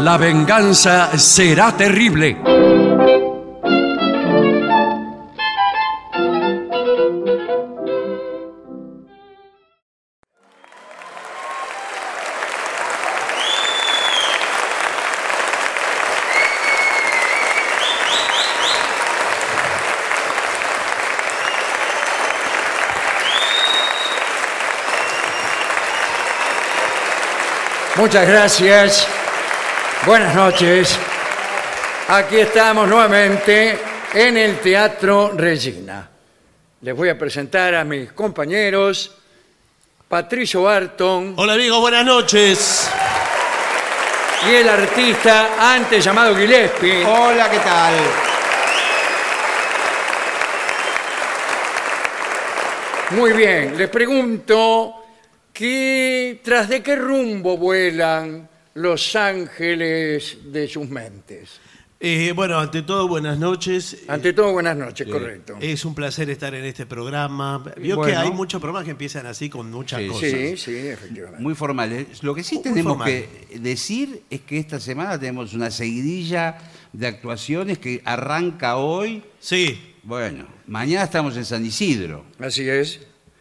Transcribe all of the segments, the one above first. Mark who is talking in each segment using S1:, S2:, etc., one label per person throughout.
S1: La venganza será terrible.
S2: Muchas gracias. Buenas noches. Aquí estamos nuevamente en el Teatro Regina. Les voy a presentar a mis compañeros Patricio Barton
S3: Hola amigos, buenas noches.
S2: y el artista antes llamado Gillespie.
S4: Hola, ¿qué tal?
S2: Muy bien, les pregunto que tras de qué rumbo vuelan los ángeles de sus mentes.
S3: Eh, bueno, ante todo, buenas noches.
S2: Ante todo, buenas noches,
S3: Eh,
S2: correcto.
S3: Es un placer estar en este programa. Vio que
S4: Bueno.
S3: hay muchos programas que empiezan así con muchas
S4: Sí.
S3: cosas.
S2: Sí, sí, efectivamente.
S4: Muy formales. Lo que sí
S3: Muy
S4: tenemos
S3: formal.
S4: que decir es que esta semana tenemos una seguidilla de actuaciones que arranca hoy.
S3: Sí.
S4: Bueno, mañana estamos en San Isidro.
S2: Así es.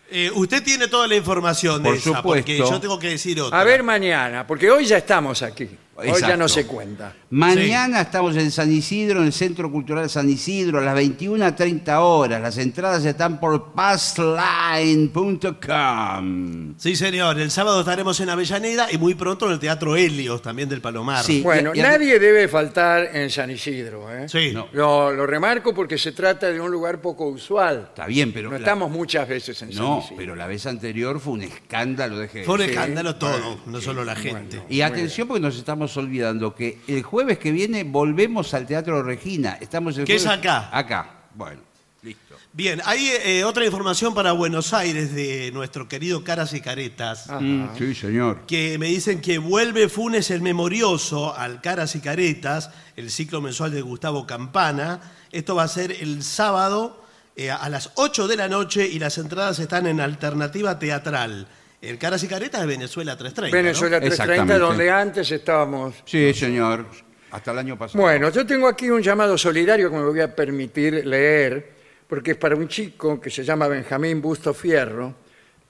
S3: Eh, usted tiene toda la información de
S4: Por
S3: esa, porque
S4: supuesto.
S3: yo tengo que decir otra.
S2: A ver mañana, porque hoy ya estamos aquí. Hoy ya
S4: Exacto.
S2: no se cuenta.
S4: Mañana estamos en San Isidro, en el Centro Cultural San Isidro, a las 21.30 horas. Las entradas están por passline.com.
S3: Sí, señor. El sábado estaremos en Avellaneda y muy pronto en el Teatro Helios, también del Palomar.
S4: Sí. Y-
S2: Bueno,
S4: y- y-
S2: nadie debe faltar en San Isidro. ¿eh?
S3: Sí.
S4: No.
S2: Lo, lo remarco porque se trata de un lugar poco usual.
S4: Está bien, pero...
S2: no
S4: la-
S2: estamos muchas veces en San
S4: No,
S2: Isidro.
S4: pero la vez anterior fue un escándalo de gente.
S3: Fue un
S2: Sí.
S3: escándalo todo, no solo la gente.
S4: Y atención porque nos estamos olvidando que el jueves que viene volvemos al Teatro Regina. Estamos el
S3: ¿Qué es
S4: jueves-
S3: acá?
S4: Acá. Bueno, listo.
S3: Bien, hay eh, otra información para Buenos Aires de nuestro querido Caras y Caretas.
S2: Ah.
S4: Mm, sí, señor.
S3: que me dicen que vuelve Funes el Memorioso al Caras y Caretas, el ciclo mensual de Gustavo Campana. Esto va a ser el sábado eh, a las 8 de la noche y las entradas están en Alternativa Teatral. El Caras y Caretas de Venezuela 330. ¿no?
S2: Venezuela 330,
S4: Exactamente.
S2: donde antes estábamos.
S4: Sí, señor. Hasta el año pasado.
S2: Bueno, yo tengo aquí un llamado solidario que me voy a permitir leer, porque es para un chico que se llama Benjamín Busto Fierro,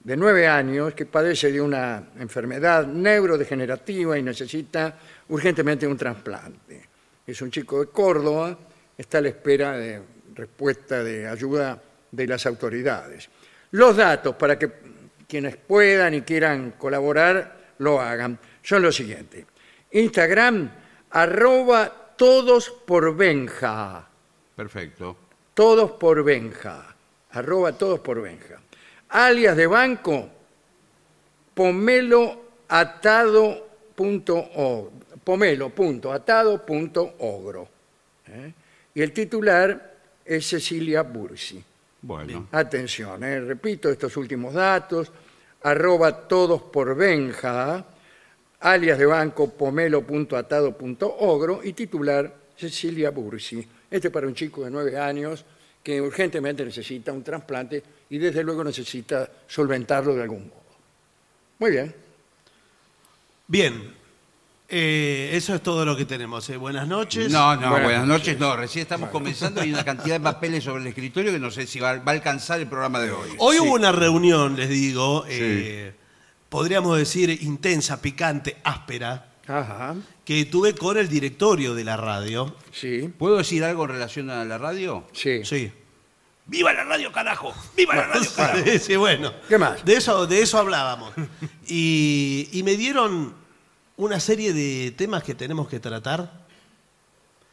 S2: de nueve años, que padece de una enfermedad neurodegenerativa y necesita urgentemente un trasplante. Es un chico de Córdoba, está a la espera de respuesta de ayuda de las autoridades. Los datos para que quienes puedan y quieran colaborar lo hagan son los siguientes. Instagram, arroba todos por Benja.
S4: Perfecto.
S2: Todos por Benja. Arroba todos por Benja. Alias de banco, pomelo.atado.ogro. Pomelo.atado.ogro. ¿eh? Y el titular es Cecilia Bursi.
S4: Bueno.
S2: Atención, eh, repito estos últimos datos, arroba todos por Benja, alias de banco pomelo.atado.ogro y titular Cecilia Bursi. Este para un chico de nueve años que urgentemente necesita un trasplante y desde luego necesita solventarlo de algún modo. Muy bien.
S3: Bien, Eh, eso es todo lo que tenemos. eh. Buenas noches.
S4: No, no,
S2: Buenas
S4: buenas, noches. No, recién estamos comenzando y hay una cantidad de papeles sobre el escritorio que no sé si va, va a alcanzar el programa de hoy.
S3: Hoy hubo una reunión, les digo, eh, podríamos decir intensa, picante, áspera,
S2: Ajá,
S3: que tuve con el directorio de la radio.
S2: sí,
S4: ¿Puedo decir algo en relación a la radio?
S2: sí.
S3: Sí.
S4: ¡Viva la radio, carajo! ¡Viva la radio,
S3: Sí, sí, bueno.
S2: ¿Qué más?
S3: De eso, de eso hablábamos. Y, y me dieron una serie de temas que tenemos que tratar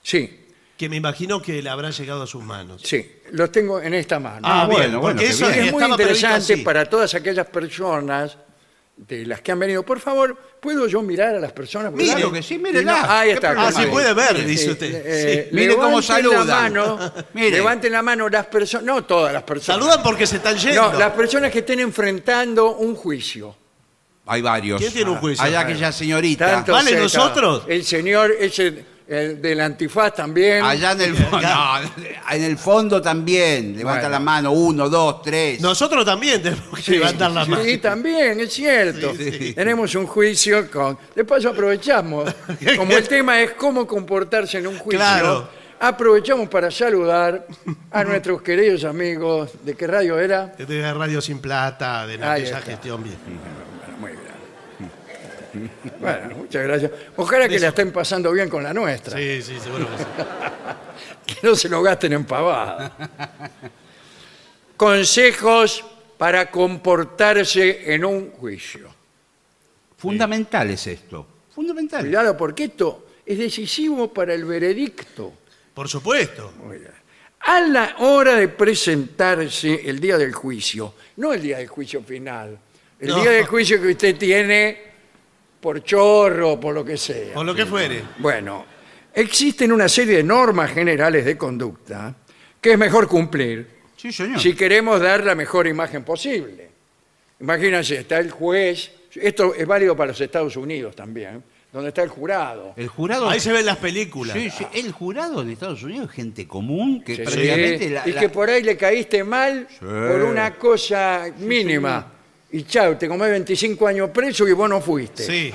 S2: Sí,
S3: que me imagino que le habrá llegado a sus manos.
S2: sí, los tengo en esta mano.
S4: Ah, bueno, bueno,
S3: porque
S4: qué
S3: eso
S4: bien.
S2: es muy
S3: estaba previsto
S2: interesante
S3: así.
S2: para todas aquellas personas de las que han venido. Por favor, ¿puedo yo mirar a las personas?
S4: Mire,
S2: Claro
S4: que sí,
S2: Y no-
S4: mírela.
S2: ahí está.
S4: ¿Qué problema
S3: Ah, sí,
S4: hay?
S3: puede ver, dice
S2: Eh,
S3: usted.
S2: eh,
S3: Sí.
S4: Mire cómo
S2: levanten
S4: saludan.
S2: La mano,
S4: Mire.
S2: Levanten la mano las personas, no todas las personas.
S3: Saludan porque se están yendo.
S2: No, las personas que estén enfrentando un juicio.
S4: Hay varios.
S3: ¿Quién tiene un juicio?
S4: Hay aquella señorita.
S2: Tanto
S3: ¿Vale
S2: sea-
S3: nosotros?
S2: El señor, ese el del antifaz también.
S4: Allá en el fondo, en el fondo también, levanta
S2: Bueno.
S4: la mano, uno, dos, tres.
S3: Nosotros también tenemos que
S2: Sí,
S3: levantar la
S2: sí,
S3: mano.
S2: Sí, también, es cierto.
S3: Sí, sí.
S2: Tenemos un juicio con... De paso aprovechamos, como el tema es cómo comportarse en un juicio,
S3: Claro.
S2: aprovechamos para saludar a nuestros queridos amigos, ¿de qué radio era?
S3: De Radio Sin Plata, de
S2: Ahí
S3: aquella
S2: está.
S3: gestión bien.
S2: Bueno, muchas gracias. Ojalá que la estén pasando bien con la nuestra,
S3: Sí, sí, seguro que sí.
S2: que no se lo gasten en pavadas. Consejos para comportarse en un juicio.
S4: Fundamental es esto. Fundamental.
S2: Cuidado, porque esto es decisivo para el veredicto.
S3: Por supuesto.
S2: Oiga, A la hora de presentarse el día del juicio, no el día del juicio final, el
S3: No.
S2: día del juicio que usted tiene por chorro, por lo que sea.
S3: Por lo que fuere.
S2: Bueno, existen una serie de normas generales de conducta que es mejor cumplir
S4: Sí, señor.
S2: si queremos dar la mejor imagen posible. Imagínense, está el juez, esto es válido para los Estados Unidos también, donde está el jurado.
S4: El jurado.
S3: Ahí se ven las películas.
S4: Sí, sí, El jurado en Estados Unidos es gente común que
S2: Sí,
S4: prácticamente
S2: sí.
S4: la-
S2: y
S4: la-
S2: que por ahí le caíste mal por una cosa mínima. Y chau, te comés 25 años preso y vos no fuiste.
S3: Sí.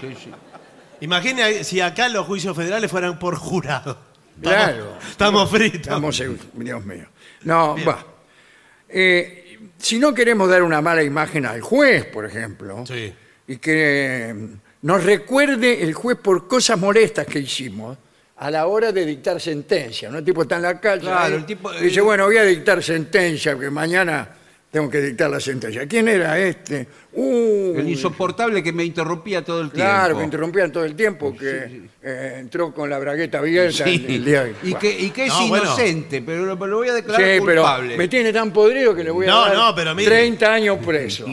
S3: Imagina si acá los juicios federales fueran por jurado. Estamos-
S2: Claro.
S3: Estamos fritos.
S2: Estamos seguros, eh, Dios mío. No, va. Eh, si no queremos dar una mala imagen al juez, por ejemplo,
S3: Sí.
S2: y que mm, nos recuerde el juez por cosas molestas que hicimos ¿eh? a la hora de dictar sentencia, ¿no? El tipo está en la calle,
S4: Claro,
S2: ahí,
S4: el tipo,
S2: y dice,
S4: eh,
S2: bueno, voy a dictar sentencia, que mañana tengo que dictar la sentencia. ¿Quién era este? Uh,
S4: el insoportable que me interrumpía todo el
S2: Claro, que
S4: tiempo.
S2: interrumpían todo el tiempo, que eh, entró con la bragueta abierta
S4: Sí.
S2: el, el día de-
S4: Y,
S2: Bueno.
S4: que, y que es
S3: No, bueno.
S4: inocente, pero lo, lo voy a
S2: Sí,
S4: declarar
S2: pero
S4: culpable.
S2: me tiene tan podrido que le voy a
S3: No,
S2: dar
S3: no, pero mire.
S2: 30 años preso.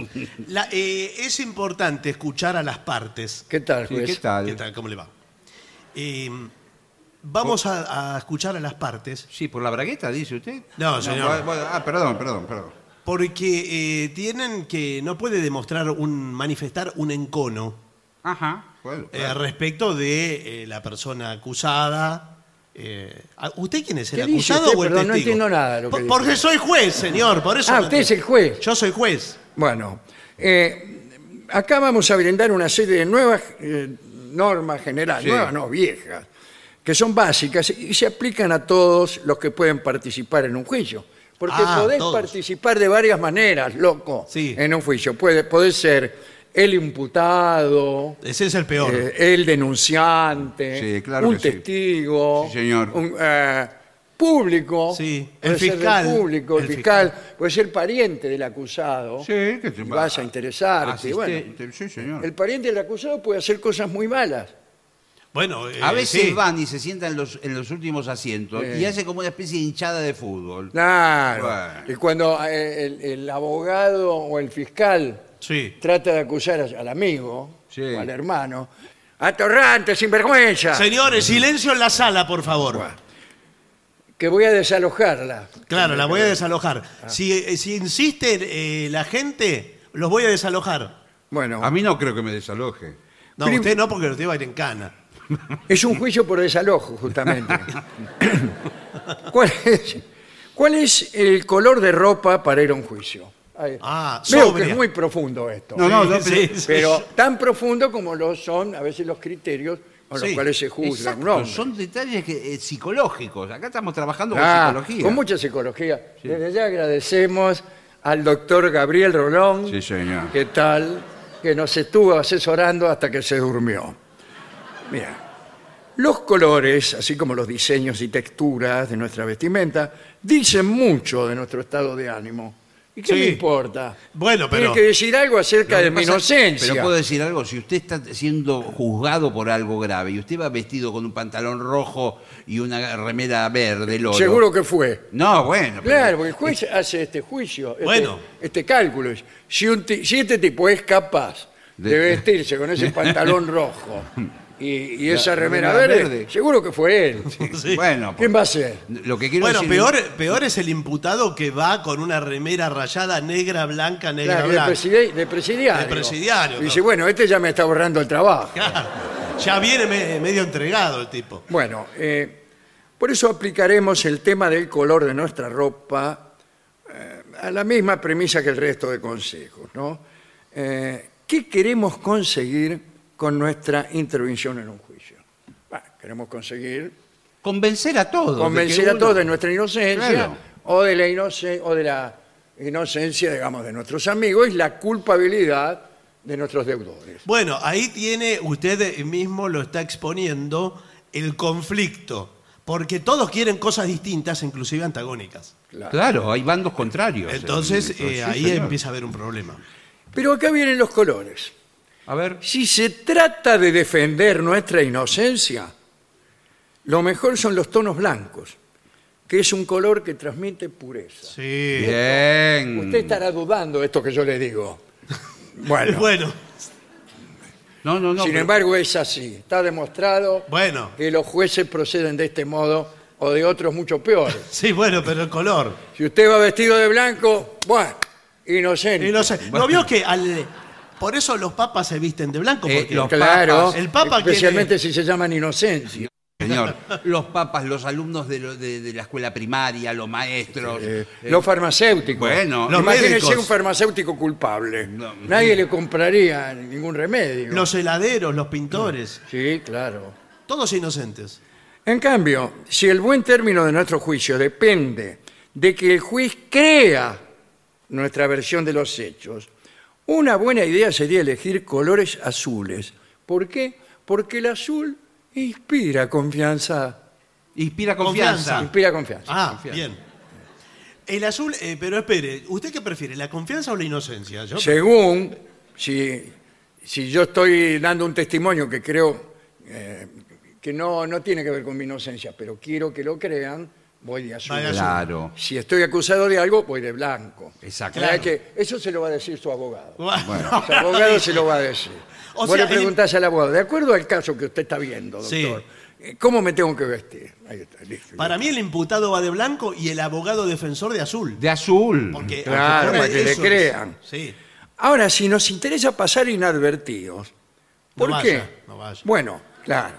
S3: La- eh, es importante escuchar a las partes.
S2: ¿Qué tal,
S4: Sí,
S2: juez?
S4: ¿Qué tal?
S3: ¿Qué tal? ¿Cómo le va? Eh, vamos a, a escuchar a las partes
S4: Sí, por la bragueta, dice usted.
S3: No, señor.
S4: bueno, ah, perdón, perdón, perdón.
S3: porque eh, tienen que no puede demostrar un manifestar un encono
S4: Ajá. Bueno,
S3: eh, respecto de eh, la persona acusada. Eh, ¿a- ¿Usted quién es? ¿El
S2: ¿Qué dice
S3: acusado
S2: usted?
S3: o el
S2: Perdón, no
S3: testigo?
S2: entiendo nada lo que
S3: Por-
S2: dice.
S3: porque soy juez, señor. Por eso
S2: Ah,
S3: no
S2: usted es el
S3: entiendo.
S2: juez.
S3: Yo soy juez.
S2: Bueno, eh, acá vamos a brindar una serie de nuevas eh, normas generales,
S4: Sí.
S2: nuevas no, viejas, que son básicas y se aplican a todos los que pueden participar en un juicio. Porque
S3: Ah,
S2: podés
S3: todos.
S2: participar de varias maneras, loco,
S3: Sí.
S2: en un juicio. Puede, podés ser el imputado,
S3: Ese es el peor.
S2: Eh, el denunciante,
S4: Sí, claro
S2: un
S4: que sí.
S2: testigo,
S4: Sí, señor.
S2: un eh, público,
S3: Sí,
S2: puede
S3: el
S2: ser del
S3: fiscal,
S2: público, el,
S3: el
S2: fiscal, puede ser pariente del acusado,
S4: Sí, que te
S2: y vas a interesarte.
S4: asiste-
S2: bueno,
S4: sí, señor.
S2: el pariente del acusado puede hacer cosas muy malas.
S3: bueno, eh,
S4: a veces
S3: sí.
S4: van y se sientan en los, en los últimos asientos
S2: Sí.
S4: y hace como una especie de hinchada de fútbol.
S2: Claro.
S4: Bueno.
S2: Y cuando eh, el, el abogado o el fiscal
S3: Sí.
S2: trata de acusar a- al amigo
S4: Sí.
S2: o al hermano, atorrante, sinvergüenza,
S3: Señores, silencio en la sala, por favor.
S2: que voy a desalojarla.
S3: Claro, la
S4: eh,
S3: voy a desalojar.
S4: ah.
S3: Si, eh, si insiste eh, la gente, los voy a desalojar.
S2: Bueno,
S4: A mí no creo que me desaloje.
S3: No,
S2: Prim-
S3: usted no, porque usted va a ir en cana.
S2: Es un juicio por desalojo, justamente. ¿Cuál es, cuál es el color de ropa para ir a un juicio? Ahí.
S3: Ah,
S2: Veo
S3: sobria.
S2: que es muy profundo esto,
S4: No, no, no,
S3: Sí,
S4: pero-
S3: sí, sí.
S2: pero tan profundo como lo son a veces los criterios con los
S3: Sí,
S2: cuales se juzga
S4: Exacto,
S2: un hombre.
S4: son detalles que, eh, psicológicos. Acá estamos trabajando
S2: Ah,
S4: con psicología.
S2: con mucha psicología. Desde ya agradecemos al doctor Gabriel Rolón,
S4: Sí, señor.
S2: que tal, que nos estuvo asesorando hasta que se durmió. Mira, los colores, así como los diseños y texturas de nuestra vestimenta, dicen mucho de nuestro estado de ánimo. ¿Y qué
S3: Sí.
S2: me importa?
S3: Bueno,
S2: Tiene
S3: pero.
S2: que decir algo acerca de
S4: Lo que
S2: mi
S4: pasa-
S2: inocencia.
S4: Pero puedo decir algo, si usted está siendo juzgado por algo grave y usted va vestido con un pantalón rojo y una remera verde, loro.
S2: Seguro que fue.
S4: No, bueno. pero-
S2: Claro, porque el juez hace este juicio, este,
S3: Bueno.
S2: este cálculo. Si, un ti- si este tipo es capaz de,
S4: De-
S2: vestirse con ese pantalón rojo y, y esa
S4: La
S2: remera
S4: remera
S2: verde,
S4: verde.
S2: seguro que fue él.
S3: Sí.
S4: Bueno, pues,
S2: ¿Quién va a ser?
S4: lo que quiero
S3: Bueno,
S4: decir-
S3: peor, peor es el imputado que va con una remera rayada negra, blanca, negra,
S2: Claro, de,
S3: blanca.
S2: preside- de presidiario.
S3: De presidiario,
S2: Dice,
S3: claro.
S2: bueno, este ya me está borrando el trabajo.
S3: Claro. Ya viene me- medio entregado el tipo.
S2: Bueno, eh, por eso aplicaremos el tema del color de nuestra ropa eh, a la misma premisa que el resto de consejos, ¿no? Eh, ¿Qué queremos conseguir con nuestra intervención en un juicio? Bah, queremos conseguir
S4: Convencer a todos. de
S2: convencer
S4: que
S2: a
S4: uno-
S2: todos de nuestra inocencia
S4: Claro.
S2: o de la inoce- o de la inocencia, digamos, de nuestros amigos y la culpabilidad de nuestros deudores.
S3: Bueno, ahí tiene, usted mismo lo está exponiendo, el conflicto. Porque todos quieren cosas distintas, inclusive antagónicas.
S2: Claro.
S4: Claro, hay bandos contrarios.
S3: Entonces,
S4: en- en-
S3: eh,
S4: sí,
S3: ahí
S4: señor.
S3: empieza a haber un problema.
S2: Pero acá vienen los colores.
S4: A ver.
S2: Si se trata de defender nuestra inocencia, lo mejor son los tonos blancos, que es un color que transmite pureza.
S3: Sí. Mm.
S4: Bien.
S2: Usted estará dudando de esto que yo le digo. Bueno,
S3: Bueno,
S4: No, no, no.
S2: sin
S4: pero-
S2: embargo es así. Está demostrado
S3: bueno.
S2: que los jueces proceden de este modo o de otros mucho peores.
S3: Sí, bueno, pero el color.
S2: Si usted va vestido de blanco, bueno, inocente.
S3: Y no sé, ¿no eh, vio que al- por eso los papas se visten de blanco?
S4: Eh,
S3: Porque
S4: los
S2: claro,
S4: papas,
S3: el Papa quiere-
S2: especialmente si se llaman inocencia.
S4: Señor, los papas, los alumnos de, lo- de- de la escuela primaria, los maestros.
S2: Eh,
S4: eh,
S2: los farmacéuticos.
S4: Bueno,
S3: los
S2: imagínense
S3: médicos.
S2: un farmacéutico culpable.
S4: No.
S2: Nadie le compraría ningún remedio.
S3: los heladeros, los pintores,
S2: Sí, claro.
S3: todos inocentes.
S2: En cambio, si el buen término de nuestro juicio depende de que el juez crea nuestra versión de los hechos, una buena idea sería elegir colores azules. ¿Por qué? Porque el azul inspira confianza.
S4: inspira confianza.
S3: Confianza.
S2: Inspira confianza.
S3: Ah,
S4: confianza.
S3: bien. El azul, eh, pero espere, ¿usted qué prefiere, la confianza o la inocencia? Yo-
S2: Según, si, si yo estoy dando un testimonio que creo eh, que no, no tiene que ver con mi inocencia, pero quiero que lo crean, voy de azul.
S3: Va de azul.
S4: Claro.
S2: Si estoy acusado de algo, voy de blanco.
S4: Exacto.
S2: O sea
S3: Claro.
S2: que eso se lo va a decir su abogado.
S3: Bueno.
S2: Su abogado se lo va a decir.
S3: O
S2: Vos
S3: sea,
S2: le preguntás al abogado, de acuerdo al caso que usted está viendo,
S3: Sí.
S2: doctor, eh, ¿cómo me tengo que vestir? Ahí está, listo.
S3: Para mí el imputado va de blanco y el abogado defensor de azul.
S4: De azul.
S3: Porque,
S2: Claro,
S3: aunque
S2: para que le
S3: eso
S2: crean.
S3: Sí.
S2: Ahora, si nos interesa pasar inadvertidos, ¿por
S3: vaya,
S2: qué?
S3: no vaya.
S2: Bueno, claro.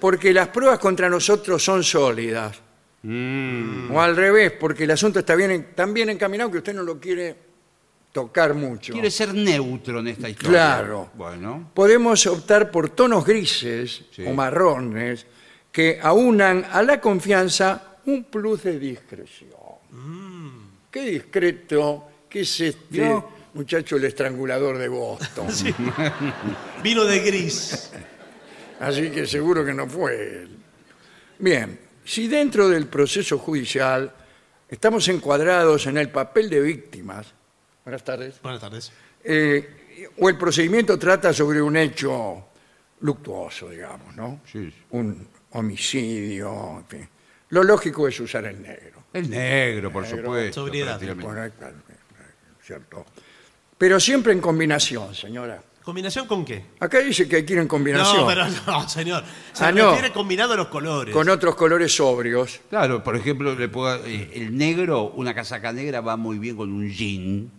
S2: Porque las pruebas contra nosotros son sólidas.
S4: Mm.
S3: Mm.
S2: O al revés, porque el asunto está bien, en- tan bien encaminado que usted no lo quiere tocar mucho.
S4: Quiere ser neutro en esta historia.
S2: Claro.
S4: Bueno.
S2: Podemos optar por tonos grises
S4: Sí.
S2: o marrones que aunan a la confianza un plus de discreción. Qué discreto que es este
S4: Mm. ¿Vio?
S2: muchacho el estrangulador de Boston.
S3: Vino de gris.
S2: Así que seguro que no fue él. Bien, si dentro del proceso judicial estamos encuadrados en el papel de víctimas, buenas tardes,
S3: Buenas tardes.
S2: eh, o el procedimiento trata sobre un hecho luctuoso, digamos, ¿no?
S4: Sí, sí.
S2: Un homicidio, en fin. Lo lógico es usar el negro.
S4: El negro, por supuesto.
S3: Sobriedad.
S4: prácticamente.
S2: Bueno, claro, cierto. Pero siempre en combinación, señora.
S3: ¿Combinación con qué?
S2: Acá dice que hay que ir en combinación
S3: No, pero no, señor. Se
S2: Ah, no.
S3: refiere combinado a los colores.
S2: con otros colores sobrios.
S4: Claro, por ejemplo, le puedo- eh, el negro, una casaca negra va muy bien con un jean.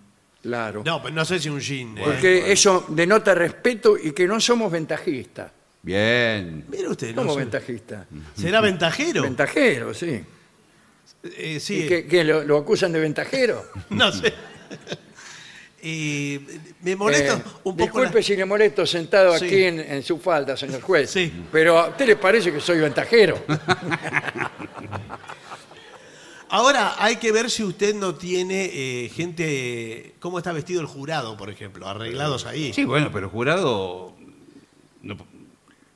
S2: Claro.
S3: No, pero no sé si un jean. eh.
S2: Porque eso denota respeto y que no somos ventajistas.
S4: Bien.
S3: Mire usted, no
S2: Somos
S3: sé.
S2: ventajistas.
S3: ¿Será ventajero?
S2: Ventajeros, sí.
S3: Eh, sí.
S2: ¿Y que, que lo, lo acusan de ventajero?
S3: No sé. Eh, me molesta
S2: Eh,
S3: un poco. la-
S2: Disculpe si le molesto sentado
S3: Sí.
S2: aquí en, en su falda, señor juez.
S3: Sí.
S2: Pero a usted le parece que soy ventajero.
S3: Ahora hay que ver si usted no tiene eh, gente. ¿Cómo está vestido el jurado, por ejemplo? Arreglados ahí.
S4: Sí, bueno, pero jurado no,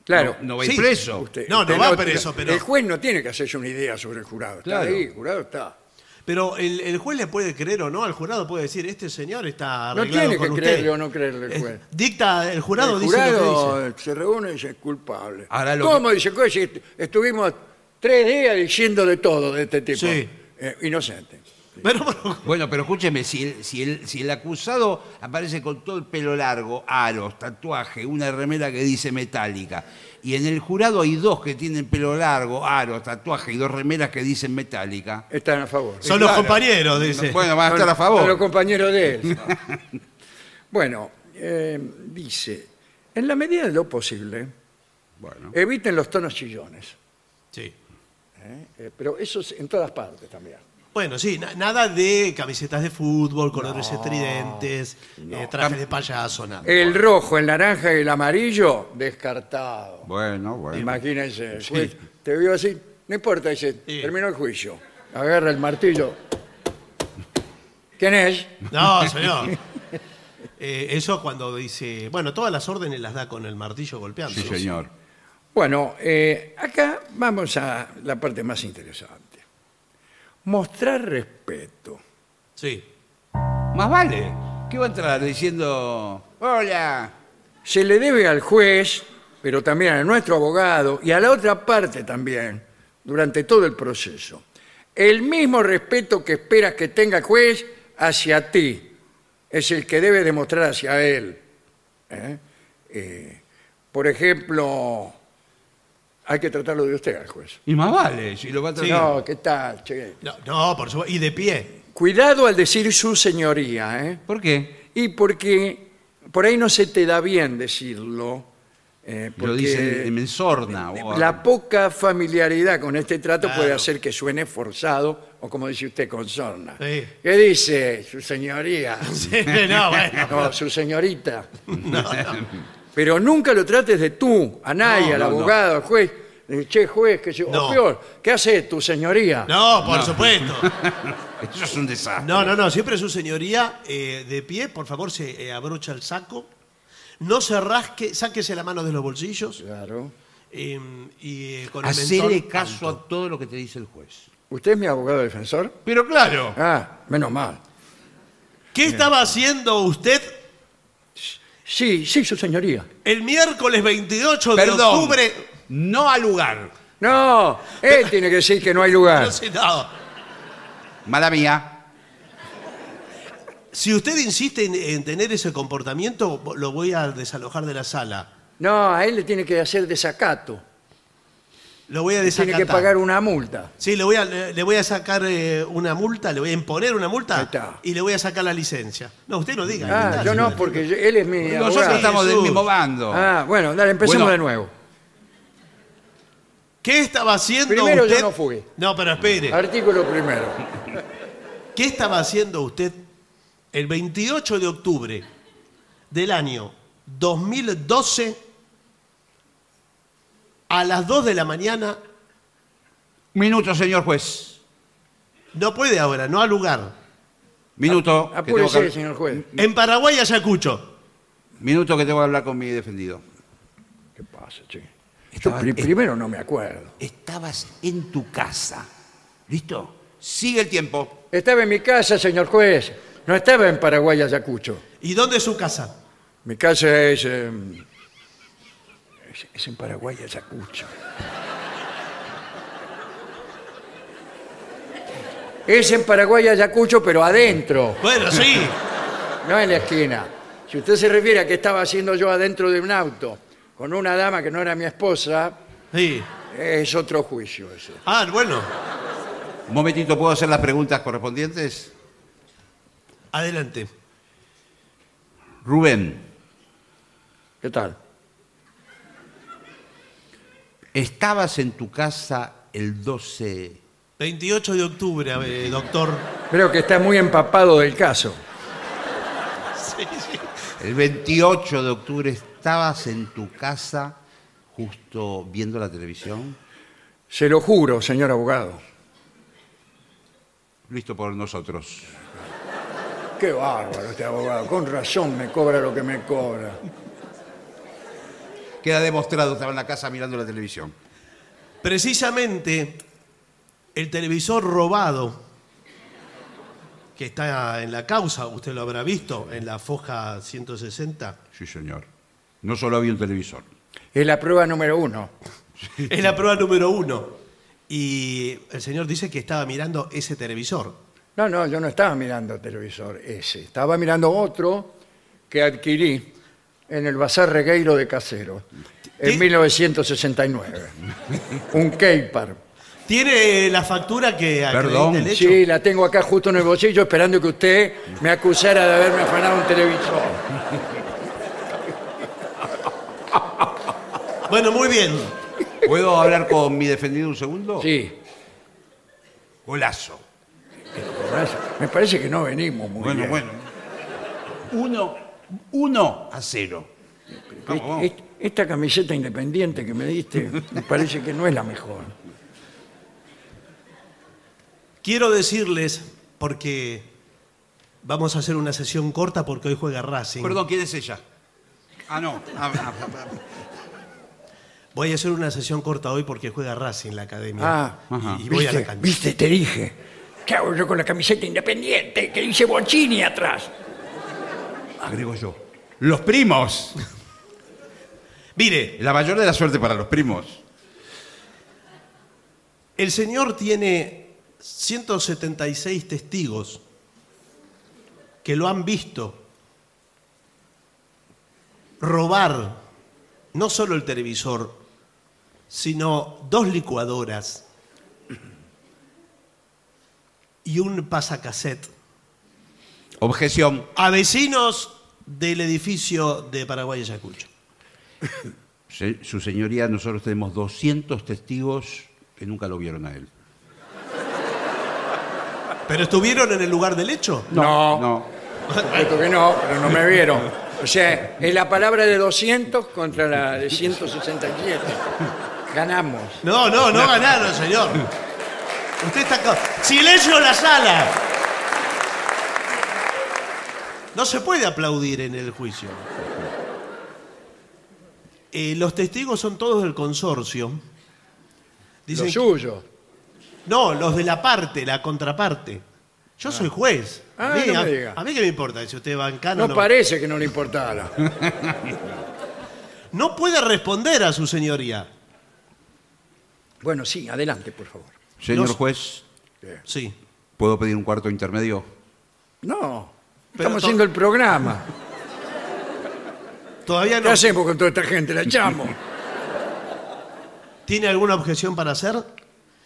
S2: Claro.
S4: no, no va a ir
S3: Sí.
S4: preso.
S2: Usted-
S3: No, no
S2: usted
S3: va preso, pero-
S2: El juez no tiene que hacerse una idea sobre el jurado. Está
S4: Claro.
S2: ahí, el jurado está.
S3: Pero el, el juez le puede creer o no. El jurado puede decir: Este señor está
S2: No
S3: arreglado
S2: tiene que
S3: con usted.
S2: creerle o no creerle el
S3: Eh,
S2: juez.
S3: Dicta, el jurado,
S2: El
S3: dice lo que
S2: jurado
S3: dice.
S2: se reúne y dice es culpable.
S4: Ahora lo
S2: ¿Cómo dice? "Coye, si est- Estuvimos tres días diciendo de todo de este tipo.
S3: Sí.
S2: Eh, inocente.
S3: Pero, bueno,
S4: Bueno, pero escúcheme, si el, si, el, si el acusado aparece con todo el pelo largo, aros, tatuaje, una remera que dice metálica, y en el jurado hay dos que tienen pelo largo, aros, tatuaje y dos remeras que dicen metálica,
S2: Están a favor.
S3: son los
S4: claro.
S3: compañeros, dice.
S4: bueno, van a estar a
S2: Son los
S4: favor.
S2: compañeros de él. bueno, eh, dice, en la medida de lo posible,
S4: Bueno.
S2: Eviten los tonos chillones.
S3: Sí.
S2: ¿eh? Eh, pero eso es en todas partes también.
S3: Bueno, sí, na- nada de camisetas de fútbol, colores estridentes, eh, trajes de payaso, nada.
S2: El rojo, el naranja y el amarillo, descartado.
S4: Bueno, bueno.
S2: Imagínense, el juez te vio así, no importa, dice,
S3: Sí.
S2: terminó el juicio. Agarra el martillo. ¿Quién es?
S3: No, señor. Eh, eso cuando dice. Bueno, todas las órdenes las da con el martillo golpeando.
S4: Sí, señor.
S2: Bueno, eh, acá vamos a la parte más interesante. Mostrar respeto.
S3: Sí.
S4: Más vale. ¿Qué va a entrar diciendo? Hola.
S2: Se le debe al juez, pero también a nuestro abogado y a la otra parte también, durante todo el proceso. El mismo respeto que esperas que tenga el juez hacia ti es el que debe demostrar hacia él. ¿eh? Eh, por ejemplo, hay que tratarlo de usted al juez.
S4: Y más vale, si lo va a tratar.
S2: No, ¿qué tal? che?
S3: No, no, por supuesto. Y de pie.
S2: Cuidado al decir su señoría, ¿eh?
S4: ¿Por qué?
S2: Y porque por ahí no se te da bien decirlo. eh,
S4: lo
S2: porque
S4: dicen en mensorna. o-
S2: La poca familiaridad con este trato
S3: Claro.
S2: puede hacer que suene forzado o como dice usted, con sorna.
S3: Sí.
S2: ¿Qué dice su señoría?
S3: no, bueno.
S2: No, su señorita. Pero nunca lo trates de tú, a nadie,
S4: No,
S2: al
S4: no, no.
S2: abogado, al juez. Eh, Che, juez, que yo,
S3: No.
S2: o peor, ¿qué hace tu señoría?
S3: No, por supuesto.
S4: Eso es un desastre.
S3: No, no, no. Siempre su señoría eh, de pie, por favor, se eh, abrocha el saco. No se rasque, sáquese la mano de los bolsillos.
S2: Claro.
S3: eh, y eh, con el
S4: Hacele
S3: mentón
S4: caso
S3: alto.
S4: a todo lo que te dice el juez.
S2: ¿Usted es mi abogado defensor?
S4: Pero claro.
S2: Ah, menos mal.
S3: ¿Qué estaba haciendo usted
S2: Sí, sí, su señoría.
S3: el miércoles 28 de
S4: Perdón.
S3: octubre?
S4: No al lugar.
S2: No, él tiene que decir que no hay lugar.
S4: Ah.
S3: No sé, no.
S4: Mala mía.
S3: Si usted insiste en, en tener ese comportamiento, vo- lo voy a desalojar de la sala.
S2: No, a él le tiene que hacer desacato.
S3: Lo voy a
S2: Tiene
S3: desacatar.
S2: que pagar una multa.
S3: Sí, le voy a, le, le voy a sacar eh, una multa, le voy a imponer una
S2: Ahí
S3: multa
S2: está.
S3: y le voy a sacar la licencia. No, usted no diga. ¿qué
S2: Ah,
S3: tal,
S2: yo no,
S3: señor?
S2: porque yo- él es mi
S4: Nosotros
S2: abogado.
S4: estamos del
S3: Jesús.
S4: mismo bando.
S2: Ah, bueno, dale, empecemos
S4: Bueno.
S2: de nuevo.
S3: ¿Qué estaba haciendo
S2: Primero yo
S3: usted?
S2: no fui. Ah.
S3: No, pero espere.
S2: Artículo primero.
S3: ¿Qué estaba haciendo usted el 28 de octubre del año 2012 a las 2 de la mañana?
S4: Minuto, señor juez.
S3: No puede ahora, no al lugar.
S4: Minuto. que tengo que
S2: Apúrese,
S4: hablar-
S2: señor juez.
S3: En Paraguay, Ayacucho.
S4: Minuto que tengo que hablar con mi defendido.
S2: ¿Qué pasa, che? Yo pri- primero no me acuerdo.
S4: Estabas en tu casa. ¿Listo? Sigue el tiempo.
S2: Estaba en mi casa, señor juez. No estaba en Paraguay, Ayacucho.
S3: ¿Y dónde es su casa?
S2: Mi casa es... eh, es, es en Paraguay, Ayacucho. Es en Paraguay, Ayacucho, pero adentro.
S3: Bueno, sí.
S2: No en la esquina. Si usted se refiere a que estaba haciendo yo adentro de un auto con una dama que no era mi esposa,
S3: Sí.
S2: es otro juicio ese.
S3: Ah, bueno.
S4: Un momentito, ¿puedo hacer las preguntas correspondientes?
S3: Adelante.
S4: Rubén,
S2: ¿Qué tal?
S4: ¿estabas en tu casa el 12?
S3: 28 de octubre, a ver, doctor.
S2: Creo que está muy empapado del caso.
S3: Sí, sí.
S4: El 28 de octubre, ¿estabas en tu casa justo viendo la televisión?
S2: Se lo juro, señor abogado.
S4: Listo por nosotros.
S2: Qué bárbaro este abogado. Con razón me cobra lo que me cobra.
S4: Queda demostrado, estaba en la casa mirando la televisión.
S3: Precisamente el televisor robado que está en la causa, usted lo habrá visto, en la foja 160,
S4: Sí, señor. No solo había un televisor.
S2: Es la prueba número uno.
S3: es la prueba número uno. Y el señor dice que estaba mirando ese televisor.
S2: No, no, yo no estaba mirando televisor ese. Estaba mirando otro que adquirí en el Bazar Regueiro de Casero en
S3: ¿Sí?
S2: 1969. Un Keipar.
S3: ¿Tiene la factura que
S4: Perdón.
S3: acredita el hecho?
S2: Sí, la tengo acá justo en el bolsillo esperando que usted me acusara de haberme afanado un televisor.
S3: Bueno, muy bien.
S4: ¿Puedo hablar con mi defendido un segundo?
S2: Sí.
S4: Golazo.
S2: Me parece que no venimos muy
S4: bueno,
S2: bien.
S4: bueno. Uno, uno a cero. Vamos, vamos.
S2: Est- Esta camiseta independiente que me diste me parece que no es la mejor.
S3: Quiero decirles, porque vamos a hacer una sesión corta porque hoy juega Racing.
S4: Perdón, ¿quién es ella? Ah, no. Ah, ah, ah,
S3: Voy a hacer una sesión corta hoy porque juega Racing la academia.
S2: Ah,
S3: Y-
S4: ajá.
S3: y, voy a la
S2: ¿Viste?
S3: cancha.
S2: ¿Viste? Te dije. ¿Qué hago yo con la camiseta independiente que dice Bochini atrás?
S4: agrego yo. Los primos.
S3: Mire,
S4: La mayor de la suerte para los primos.
S3: el señor tiene 176 testigos que lo han visto robar no solo el televisor, sino dos licuadoras y un pasacassette
S4: Objeción.
S3: a vecinos del edificio de Paraguay Ayacucho.
S4: Se- su señoría, nosotros tenemos 200 testigos que nunca lo vieron a él.
S3: ¿Pero estuvieron en el lugar del hecho?
S2: No.
S4: No.
S2: Supuesto que no, pero no me vieron. O sea, es la palabra de 200 contra la de 167. Ganamos.
S3: No, no, no ganaron, señor. Usted está... ca- ¡Silencio en la sala! No se puede aplaudir en el juicio. Eh, los testigos son todos del consorcio.
S2: Lo
S3: Dicen,
S2: suyo.
S3: no, los de la parte, la contraparte. Yo soy juez.
S2: Ah,
S3: a, mí,
S2: no
S3: a-
S2: me diga.
S3: a mí qué me importa si usted va en cana
S2: No
S3: o no.
S2: parece que no le importara.
S3: No puede responder a su señoría.
S2: Bueno, sí, adelante, por favor.
S4: Señor
S3: Los-
S4: juez,
S3: Sí.
S4: ¿puedo pedir un cuarto intermedio?
S2: No.
S3: Pero
S2: Estamos
S3: to-
S2: haciendo el programa.
S3: Todavía
S2: ¿Qué
S3: no.
S2: hacemos con toda esta gente? La echamos.
S3: ¿Tiene alguna objeción para hacer?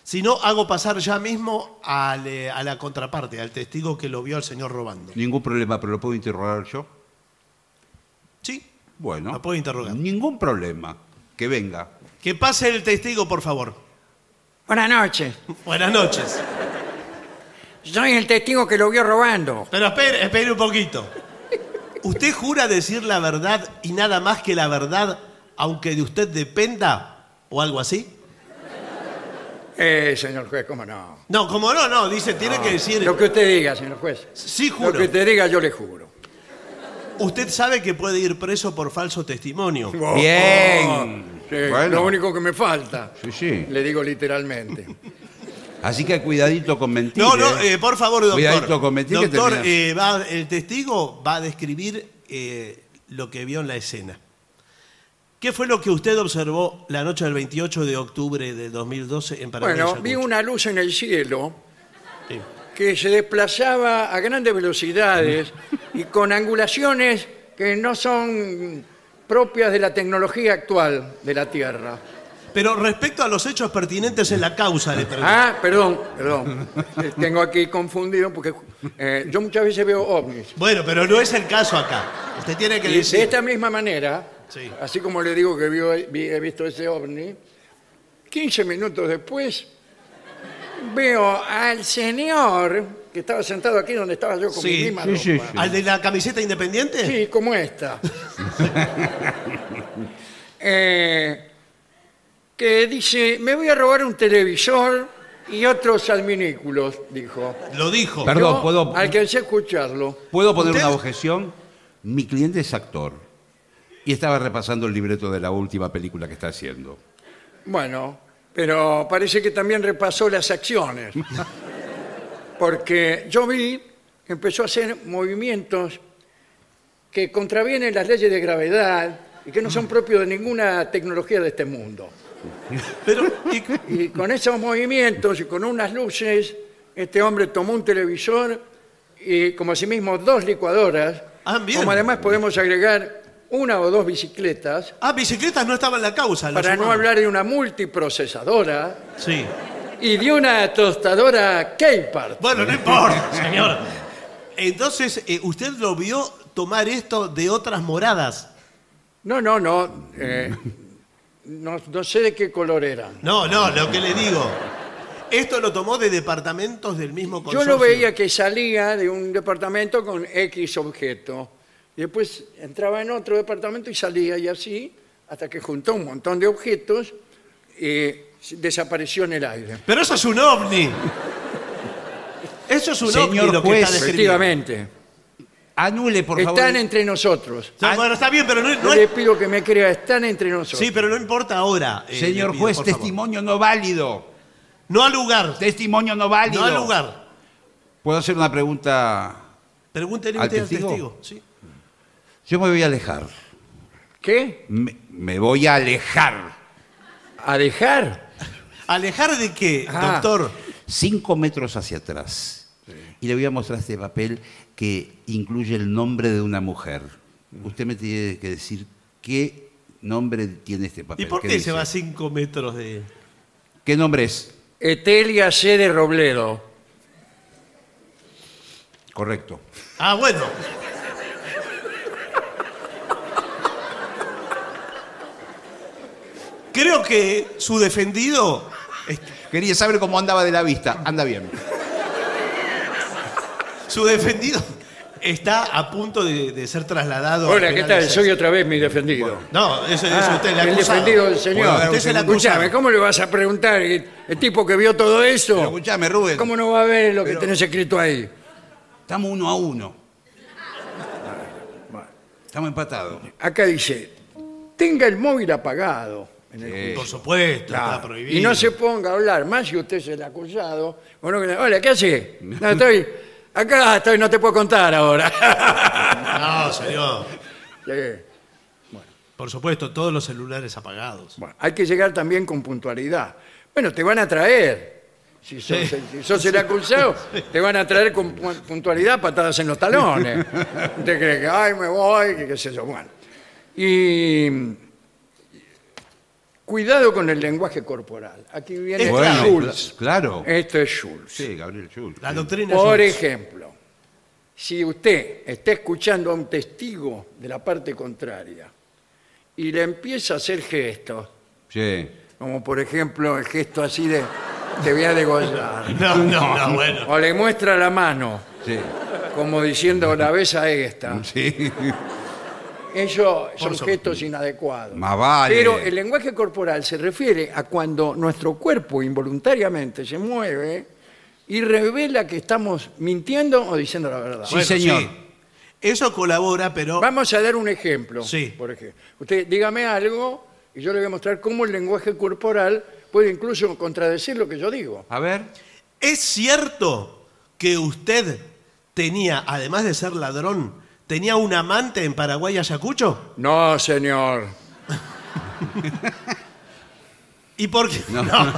S3: Si no, hago pasar ya mismo al, eh, a la contraparte, al testigo que lo vio al señor robando.
S4: Ningún problema, pero lo puedo interrogar yo.
S3: ¿Sí?
S4: Bueno.
S3: La puedo interrogar.
S4: Ningún problema. Que venga.
S3: Que pase el testigo, por favor.
S2: Buenas noches.
S3: Buenas noches.
S2: Soy el testigo que lo vio robando.
S3: Pero espere, espere un poquito. ¿Usted jura decir la verdad y nada más que la verdad, aunque de usted dependa o algo así?
S2: Eh, señor juez, ¿cómo no?
S3: No, como no, no, dice, tiene que decir.
S2: Ah. Lo que usted diga, señor juez.
S3: Sí,
S2: Lo
S3: juro.
S2: que te diga, yo le juro.
S3: Usted sabe que puede ir preso por falso testimonio.
S4: Bien.
S2: Sí,
S4: Bueno.
S2: Lo único que me falta.
S4: Sí, sí.
S2: Le digo literalmente.
S4: Así que cuidadito con mentiras.
S3: No, no, eh, por favor, doctor.
S4: Cuidadito con mentir que
S3: doctor,
S4: terminamos.
S3: eh, va- el testigo va a describir eh, lo que vio en la escena. ¿Qué fue lo que usted observó la noche del 28 de octubre de 2012 en Paraguay?
S2: Bueno,
S3: Ayacucho?
S2: vi una luz en el cielo
S3: Sí.
S2: que se desplazaba a grandes velocidades y con angulaciones que no son propias de la tecnología actual de la Tierra.
S3: Pero respecto a los hechos pertinentes en la causa, le pregunto.
S2: Ah, perdón, perdón. Eh, Tengo aquí confundido porque eh, yo muchas veces veo ovnis.
S3: Bueno, pero no es el caso acá. Usted tiene que
S2: Y de
S3: decir.
S2: esta misma manera,
S3: Sí.
S2: así como le digo que vio- vi- he visto ese ovni, 15 minutos después veo al señor que estaba sentado aquí donde estaba yo con
S3: Sí,
S2: mi misma
S4: sí, sí,
S2: ropa.
S3: ¿Al de la camiseta independiente?
S2: Sí, como esta. Eh, que dice, me voy a robar un televisor y otros adminículos, dijo.
S3: Lo dijo.
S4: Perdón.
S2: Yo
S4: ¿puedo-
S2: Alcancé a escucharlo.
S4: ¿Puedo poner
S3: ¿Usted?
S4: una objeción? Mi cliente es actor y estaba repasando el libreto de la última película que está haciendo.
S2: Bueno, pero parece que también repasó las acciones. Porque yo vi que empezó a hacer movimientos que contravienen las leyes de gravedad y que no son propios de ninguna tecnología de este mundo.
S3: Pero, ¿y
S2: Y con esos movimientos y con unas luces, este hombre tomó un televisor y como asimismo dos licuadoras,
S3: Ah, bien.
S2: como además podemos agregar una o dos bicicletas,
S3: Ah, bicicletas no estaban en la causa. lo
S2: para no
S3: sumamos.
S2: hablar de una multiprocesadora
S3: Sí.
S2: y de una tostadora Keipart.
S3: Bueno, no importa, señor. Entonces, eh, usted lo vio tomar esto de otras moradas.
S2: No, no, no. eh, no, no sé de qué color eran.
S3: No, no, lo que le digo. Esto lo tomó de departamentos del mismo
S2: Yo
S3: consorcio.
S2: lo veía que salía de un departamento con X objeto. Y después entraba en otro departamento y salía y así hasta que juntó un montón de objetos y desapareció en el aire.
S3: Pero eso es un ovni. Eso es un
S4: Señor
S3: ovni lo que
S4: juez,
S3: está describiendo.
S2: Efectivamente.
S4: Anule, por favor.
S2: Están entre nosotros.
S3: O sea, bueno, está bien, pero no, no
S2: Yo
S3: es-
S2: Ah, le pido que me crea, están entre nosotros.
S3: Sí, pero no importa ahora. eh, le
S4: Señor
S3: pido,
S4: juez,
S3: por favor.
S4: testimonio no válido.
S3: No al lugar.
S4: Testimonio no válido.
S3: No al lugar.
S4: ¿Puedo hacer una pregunta?
S3: Pregúntele
S4: ¿Al
S3: usted al
S4: testigo?
S3: testigo. sí.
S4: Yo me voy a alejar.
S2: ¿Qué?
S4: Me, me voy a alejar.
S2: ¿A dejar?
S3: ¿Alejar de qué,
S2: Ah.
S3: doctor?
S4: Cinco metros hacia atrás. Y le voy a mostrar este papel que incluye el nombre de una mujer.
S3: Mm.
S4: Usted me tiene que decir qué nombre tiene este
S3: ¿Y
S4: papel.
S3: por qué se
S4: dice?
S3: va a cinco metros de.?
S4: ¿Qué nombre es?
S2: Etelia C. de Robledo.
S4: Correcto.
S3: Ah, bueno. Creo que su defendido.
S4: Quería saber cómo andaba de la vista. Anda bien.
S3: Oh. Su defendido está a punto de, de ser trasladado.
S2: Hola,
S3: al
S2: ¿qué
S3: penal
S2: tal?
S3: de
S2: Soy
S3: Sexo.
S2: otra vez mi defendido.
S3: No, eso es
S2: Ah,
S3: usted, el
S2: el
S3: acusado.
S2: defendido del señor.
S3: Usted es el
S2: Escúchame,
S3: acusado.
S2: ¿cómo le vas a preguntar? El el tipo que vio todo eso.
S4: Escuchame, Rubén.
S2: ¿Cómo no va a ver lo
S4: Pero-
S2: que tenés escrito ahí?
S4: Estamos uno a uno. Estamos empatados.
S3: Este
S2: Acá dice, tenga el móvil apagado. en el-
S4: Eh,
S3: Por supuesto, está
S2: Claro.
S3: prohibido.
S2: Y no se ponga a hablar, más si usted es el acusado. o no, que le- Hola, ¿qué hace? No, estoy, acá estoy, no te puedo contar ahora.
S3: No, señor.
S2: Sí.
S3: Por supuesto, todos los celulares apagados.
S2: Bueno, hay que llegar también con puntualidad. Bueno, te van a traer. Si sos,
S3: Sí.
S2: si sos el acusado, te van a traer con pu- puntualidad patadas en los talones. Usted cree que, ay, me voy, que qué sé yo. Bueno. Y mm, cuidado con el lenguaje corporal. Aquí viene
S4: Bueno,
S2: Schulz.
S4: cl- claro.
S2: Esto es Schulz.
S4: Sí, Gabriel Schultz.
S3: La doctrina
S2: Por
S3: Schultz.
S2: ejemplo, si usted está escuchando a un testigo de la parte contraria y le empieza a hacer gestos,
S4: Sí.
S2: como por ejemplo el gesto así de te voy a degollar.
S3: No, no, no, bueno.
S2: O le muestra la mano,
S4: Sí.
S2: como diciendo la besa esta.
S4: Sí.
S2: Eso son
S3: Por supuesto.
S2: gestos inadecuados.
S4: Más vale.
S2: Pero el lenguaje corporal se refiere a cuando nuestro cuerpo involuntariamente se mueve y revela que estamos mintiendo o diciendo la verdad.
S4: Sí, señor.
S3: Eso colabora, pero.
S2: Vamos a dar un ejemplo.
S3: Sí.
S2: Por ejemplo. Usted dígame algo y yo le voy a mostrar cómo el lenguaje corporal puede incluso contradecir lo que yo digo.
S4: A ver.
S3: ¿Es cierto que usted tenía, además de ser ladrón, tenía un amante en Paraguay, Ayacucho?
S2: No, señor.
S3: ¿Y por qué?
S4: No.
S3: No.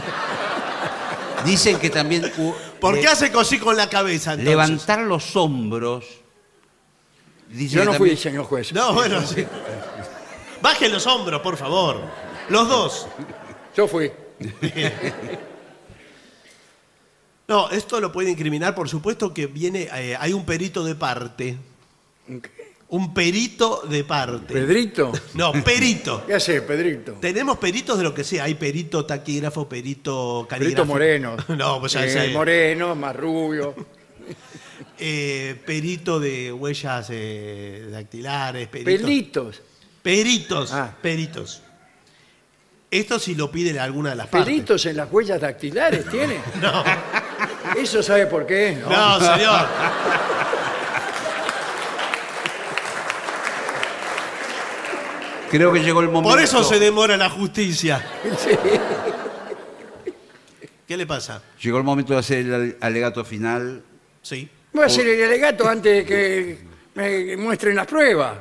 S4: Dicen que también. u-
S3: ¿Por
S4: le-
S3: qué hace cosí con la cabeza? entonces?
S4: Levantar los hombros. Dicen
S2: Yo
S4: que
S2: no fui,
S4: también-
S2: señor juez.
S3: No, bueno, sí. Baje los hombros, por favor. Los dos.
S2: Yo fui.
S3: No, esto lo puede incriminar, por supuesto que viene, eh, hay un perito de parte. Un perito de parte.
S2: ¿Pedrito?
S3: No, perito.
S2: ¿Qué hace, Pedrito?
S3: Tenemos peritos de lo que sea. Hay perito taquígrafo, perito
S2: Pedrito
S3: calígrafo.
S2: Moreno.
S3: No, pues ya
S2: Eh,
S3: sé.
S2: Moreno, más rubio.
S3: Eh, perito de huellas eh, dactilares. Perito.
S2: Pelitos.
S3: Peritos.
S2: Ah.
S3: Peritos. Esto si lo pide alguna de las partes.
S2: ¿Pelitos en las huellas dactilares tiene?
S3: No,
S2: Eso sabe por qué, ¿no?
S3: no, señor.
S4: Creo que llegó el momento.
S3: Por eso se demora la justicia.
S2: Sí.
S3: ¿Qué le pasa?
S4: Llegó el momento de hacer el al- alegato final.
S3: Sí.
S2: Voy a hacer el alegato antes de que me muestren las pruebas.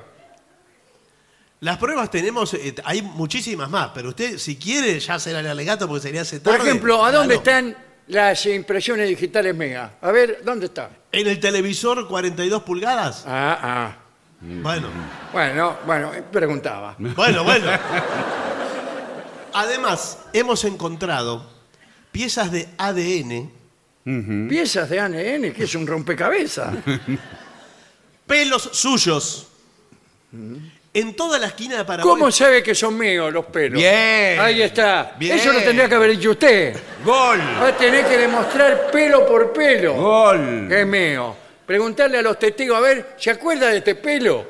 S3: Las pruebas tenemos, eh, hay muchísimas más, pero usted, si quiere, ya será el alegato porque sería hace
S2: Por
S3: tarde.
S2: ejemplo, ¿a dónde
S3: Ah, no.
S2: están las impresiones digitales mías? A ver, ¿dónde está?
S3: ¿En el televisor 42 pulgadas?
S2: Ah,
S3: Bueno,
S2: ah. Bueno, bueno, preguntaba.
S3: bueno, bueno. Además, hemos encontrado piezas de ADN, Mm.
S2: Piezas de ANN, que es un rompecabezas.
S3: pelos suyos en toda la esquina de Paraguay.
S2: ¿Cómo sabe que son míos los pelos?
S4: Bien.
S2: Ahí está.
S4: Bien.
S2: Eso lo tendría que haber dicho usted.
S4: ¡Gol!
S2: Va a tener que demostrar pelo por pelo.
S4: ¡Gol!
S2: que es mío. Preguntarle a los testigos, a ver, ¿se acuerda de este pelo?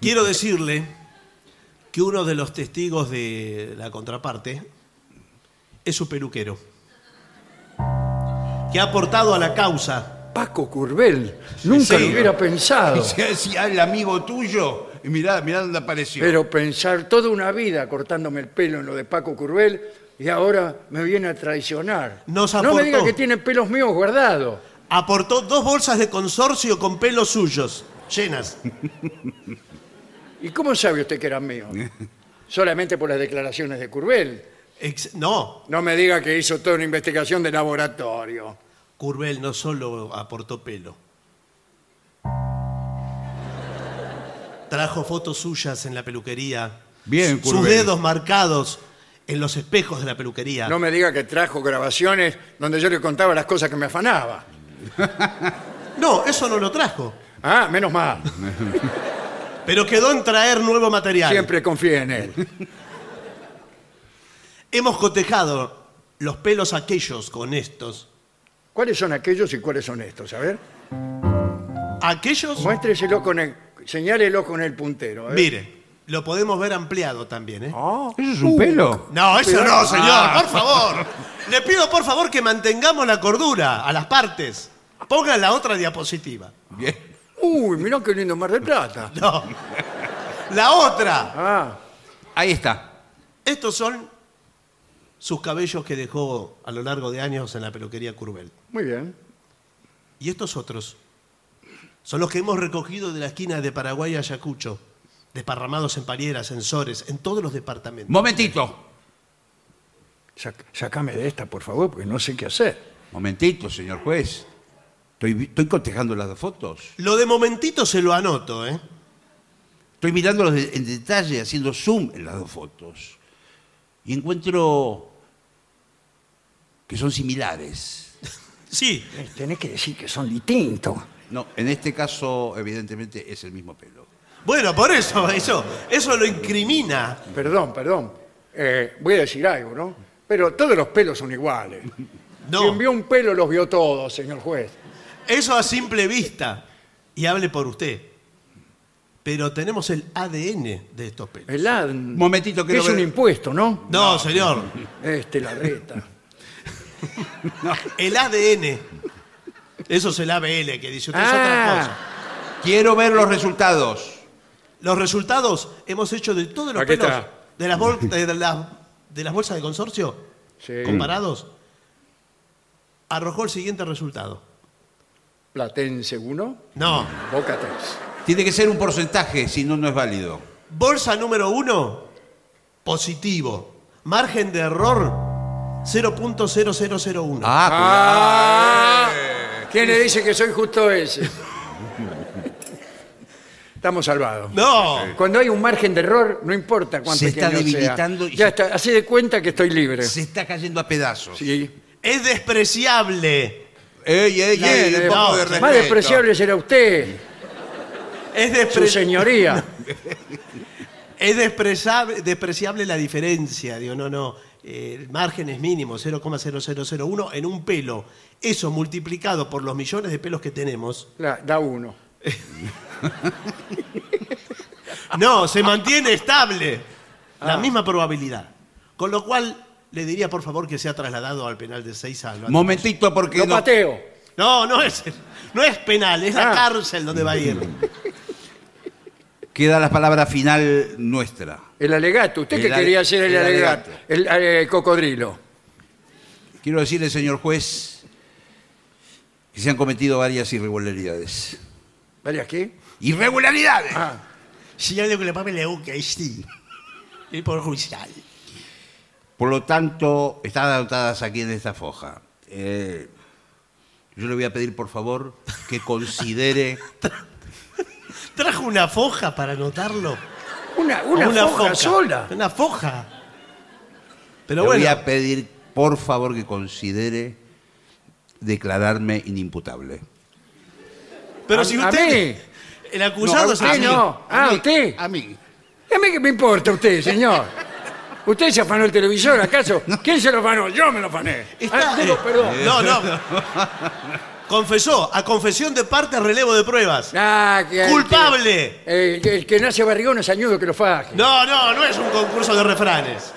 S3: Quiero decirle que uno de los testigos de la contraparte es su peluquero, que ha aportado a la causa.
S2: Paco Curbel. Nunca
S3: sí.
S2: lo hubiera pensado.
S4: Si, si al amigo tuyo, y mirá, mirá dónde apareció.
S2: Pero pensar toda una vida cortándome el pelo en lo de Paco Curbel y ahora me viene a traicionar.
S3: Nos
S2: no me diga
S3: aportó.
S2: que tiene pelos míos guardados.
S3: Aportó dos bolsas de consorcio con pelos suyos, llenas.
S2: ¿Y cómo sabe usted que eran míos? Solamente por las declaraciones de Curbel.
S3: Ex- no,
S2: No me diga que hizo toda una investigación de laboratorio.
S3: Curbel no solo aportó pelo. Trajo fotos suyas en la peluquería.
S4: Bien,
S3: Sus
S4: Curbel.
S3: dedos marcados en los espejos de la peluquería.
S2: No me diga que trajo grabaciones donde yo le contaba las cosas que me afanaba.
S3: No, eso no lo trajo.
S2: Ah, menos mal.
S3: Pero quedó en traer nuevo material.
S2: Siempre confía en él.
S3: Hemos cotejado los pelos aquellos con estos.
S2: ¿Cuáles son aquellos y cuáles son estos? A ver,
S3: Aquellos,
S2: muéstreselo con el... Señálelo con el puntero. a ver.
S3: mire, lo podemos ver ampliado también, ¿eh?
S2: Ah,
S4: ¿Eso es un pelo?
S3: No, eso no, señor,
S4: Ah.
S3: por favor. Le pido por favor que mantengamos la cordura a las partes. Ponga la otra diapositiva.
S4: Bien.
S2: Uy, mirá qué lindo Mar del Plata.
S3: No. La otra.
S2: Ah,
S4: Ahí está.
S3: Estos son sus cabellos que dejó a lo largo de años en la peluquería Curbel.
S2: muy bien.
S3: Y estos otros son los que hemos recogido de la esquina de Paraguay a Ayacucho, desparramados en palieras, en sores, en todos los departamentos.
S4: Momentito.
S2: Sac- sacame de esta, por favor, porque no sé qué hacer.
S4: Momentito, señor juez. Estoy, vi- estoy cotejando las dos fotos.
S3: Lo de momentito se lo anoto, ¿eh?
S4: Estoy mirándolas de- en detalle, haciendo zoom en las dos fotos. Y encuentro que son similares.
S3: Sí,
S2: Eh, Tenés que decir que son distintos.
S4: No, en este caso, evidentemente, es el mismo pelo.
S3: bueno, por eso, eso, eso lo incrimina.
S2: Perdón, perdón. Eh, voy a decir algo, ¿no? Pero todos los pelos son iguales. Quien
S3: No,
S2: vio un pelo los vio todos, señor juez.
S3: eso a simple vista. Y hable por usted. Pero tenemos el ADN de estos pelos.
S2: El ADN,
S4: Momentito,
S2: que
S4: quiero
S2: es un
S4: ver-
S2: impuesto, ¿no?
S3: No, señor,
S2: Este, la reta.
S3: el ADN. Eso es el ABL que dice usted, es otra cosa.
S2: Ah,
S4: Quiero ver los resultados.
S3: Los resultados hemos hecho de todos los
S2: Aquí
S3: pelos
S2: está.
S3: de las, bol- de, las, de las bolsas de consorcio
S2: sí.
S3: comparados. Arrojó el siguiente resultado.
S2: Platense 1,
S3: No.
S2: Boca 3.
S4: Tiene que ser un porcentaje, si no, no es válido.
S3: Bolsa número uno, positivo. Margen de error, 0.0001.
S2: Ah, ¿Quién le dice que soy justo ese? Estamos salvados.
S3: No.
S2: Cuando hay un margen de error, no importa cuánto
S4: Se está
S2: pequeño sea.
S4: debilitando y
S2: Ya
S4: se-
S2: está, así de cuenta que estoy libre.
S4: Ah, Se está cayendo a pedazos.
S2: Sí.
S3: Es despreciable.
S4: Ey, ey,
S3: Bien,
S4: ey, un
S3: no,
S4: poco de
S3: más
S4: respeto.
S2: Más despreciable será usted,
S3: Es,
S2: su
S3: despre-
S2: señoría.
S3: es desprezable- despreciable la diferencia. Digo, no, no. eh, El margen es mínimo, 0,0001 en un pelo. Eso multiplicado por los millones de pelos que tenemos.
S2: La- da uno.
S3: No, se mantiene estable. La misma probabilidad. Con lo cual, le diría por favor que sea trasladado al penal de Seiza. lo antes
S4: Momentito, porque
S2: Lo
S4: no-
S2: pateo.
S3: No, no es, no es penal, es la
S2: Ah.
S3: cárcel donde va a ir.
S4: queda la palabra final nuestra.
S2: El alegato. ¿Usted
S4: El
S2: qué
S4: ale-
S2: quería hacer el,
S4: el
S2: alegato?
S4: alegato.
S2: El eh, cocodrilo.
S4: Quiero decirle, señor juez, que se han cometido varias irregularidades.
S2: ¿Vale aquí?
S4: ¡Irregularidades!
S2: Ah,
S3: Señale que le pague le busque, sí. El Poder Judicial.
S4: Por lo tanto, están anotadas aquí en esta foja. Eh, yo le voy a pedir, por favor, que considere...
S3: Trajo una foja para anotarlo.
S2: una una, foja sola.
S3: Una foja. Pero
S4: le voy
S3: bueno,
S4: a pedir, por favor, que considere declararme inimputable.
S3: pero
S2: A-
S3: si
S2: a
S3: usted.
S2: mí.
S3: El acusado
S2: No, a
S3: es
S2: usted
S3: así.
S2: no. Ah,
S4: mí,
S2: ¿usted?
S4: A mí.
S2: ¿A mí qué me importa usted, señor? ¿Usted se afanó el televisor, acaso? ¿Quién se lo afanó? Yo me lo afané.
S3: Está- Eh,
S2: Ah, digo, perdón.
S3: No, no. Confesó, a confesión de parte, relevo de pruebas.
S2: Ah, que-
S3: ¡Culpable!
S2: que- el, que- el que nace barrigón es añudo que lo faje.
S3: No, no, no es un concurso de refranes.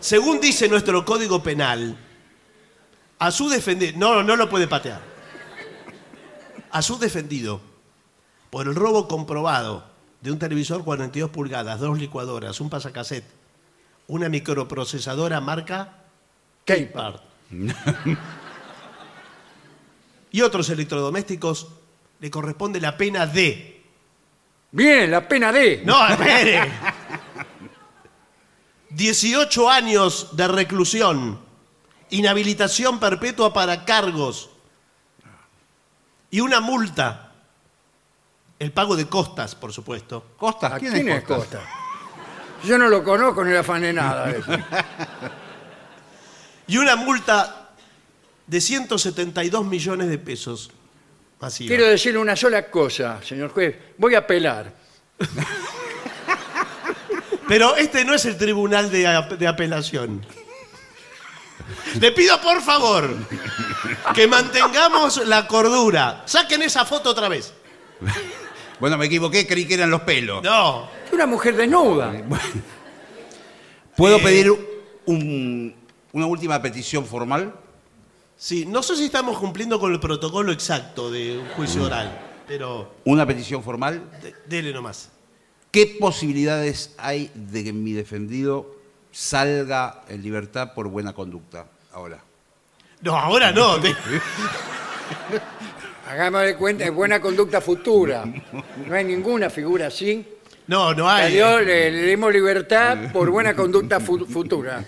S3: Según dice nuestro código penal, a su defendido. No, no lo puede patear. A su defendido, por el robo comprobado de un televisor 42 pulgadas, dos licuadoras, un pasacassette, una microprocesadora marca
S2: Keipar.
S3: Part. y otros electrodomésticos, le corresponde la pena de.
S2: Bien, la pena de.
S3: No, espere. 18 años de reclusión, inhabilitación perpetua para cargos y una multa. El pago de costas, por supuesto.
S4: Costas,
S2: ¿A
S4: ¿quién,
S2: quién es Costa?
S4: Costas?
S2: Yo no lo conozco ni la afané nada. de eso.
S3: Y una multa de 172 millones de pesos. Así.
S2: Quiero decirle una sola cosa, señor juez. Voy a apelar.
S3: Pero este no es el tribunal de, ap- de apelación. Le pido por favor que mantengamos la cordura. Saquen esa foto otra vez.
S4: Bueno, me equivoqué, creí que eran los pelos.
S3: No.
S2: Una mujer desnuda.
S4: ¿Puedo
S3: Eh,
S4: pedir un- una última petición formal?
S3: Sí, no sé si estamos cumpliendo con el protocolo exacto de un juicio oral, pero
S4: Una petición formal.
S3: de- dele nomás.
S4: ¿Qué posibilidades hay de que mi defendido salga en libertad por buena conducta ahora?
S3: No, ahora no. de-
S2: Hagamos de cuenta, es buena conducta futura. No hay ninguna figura así.
S3: No, no hay.
S2: Salió, le, le dimos libertad por buena conducta fu- futura.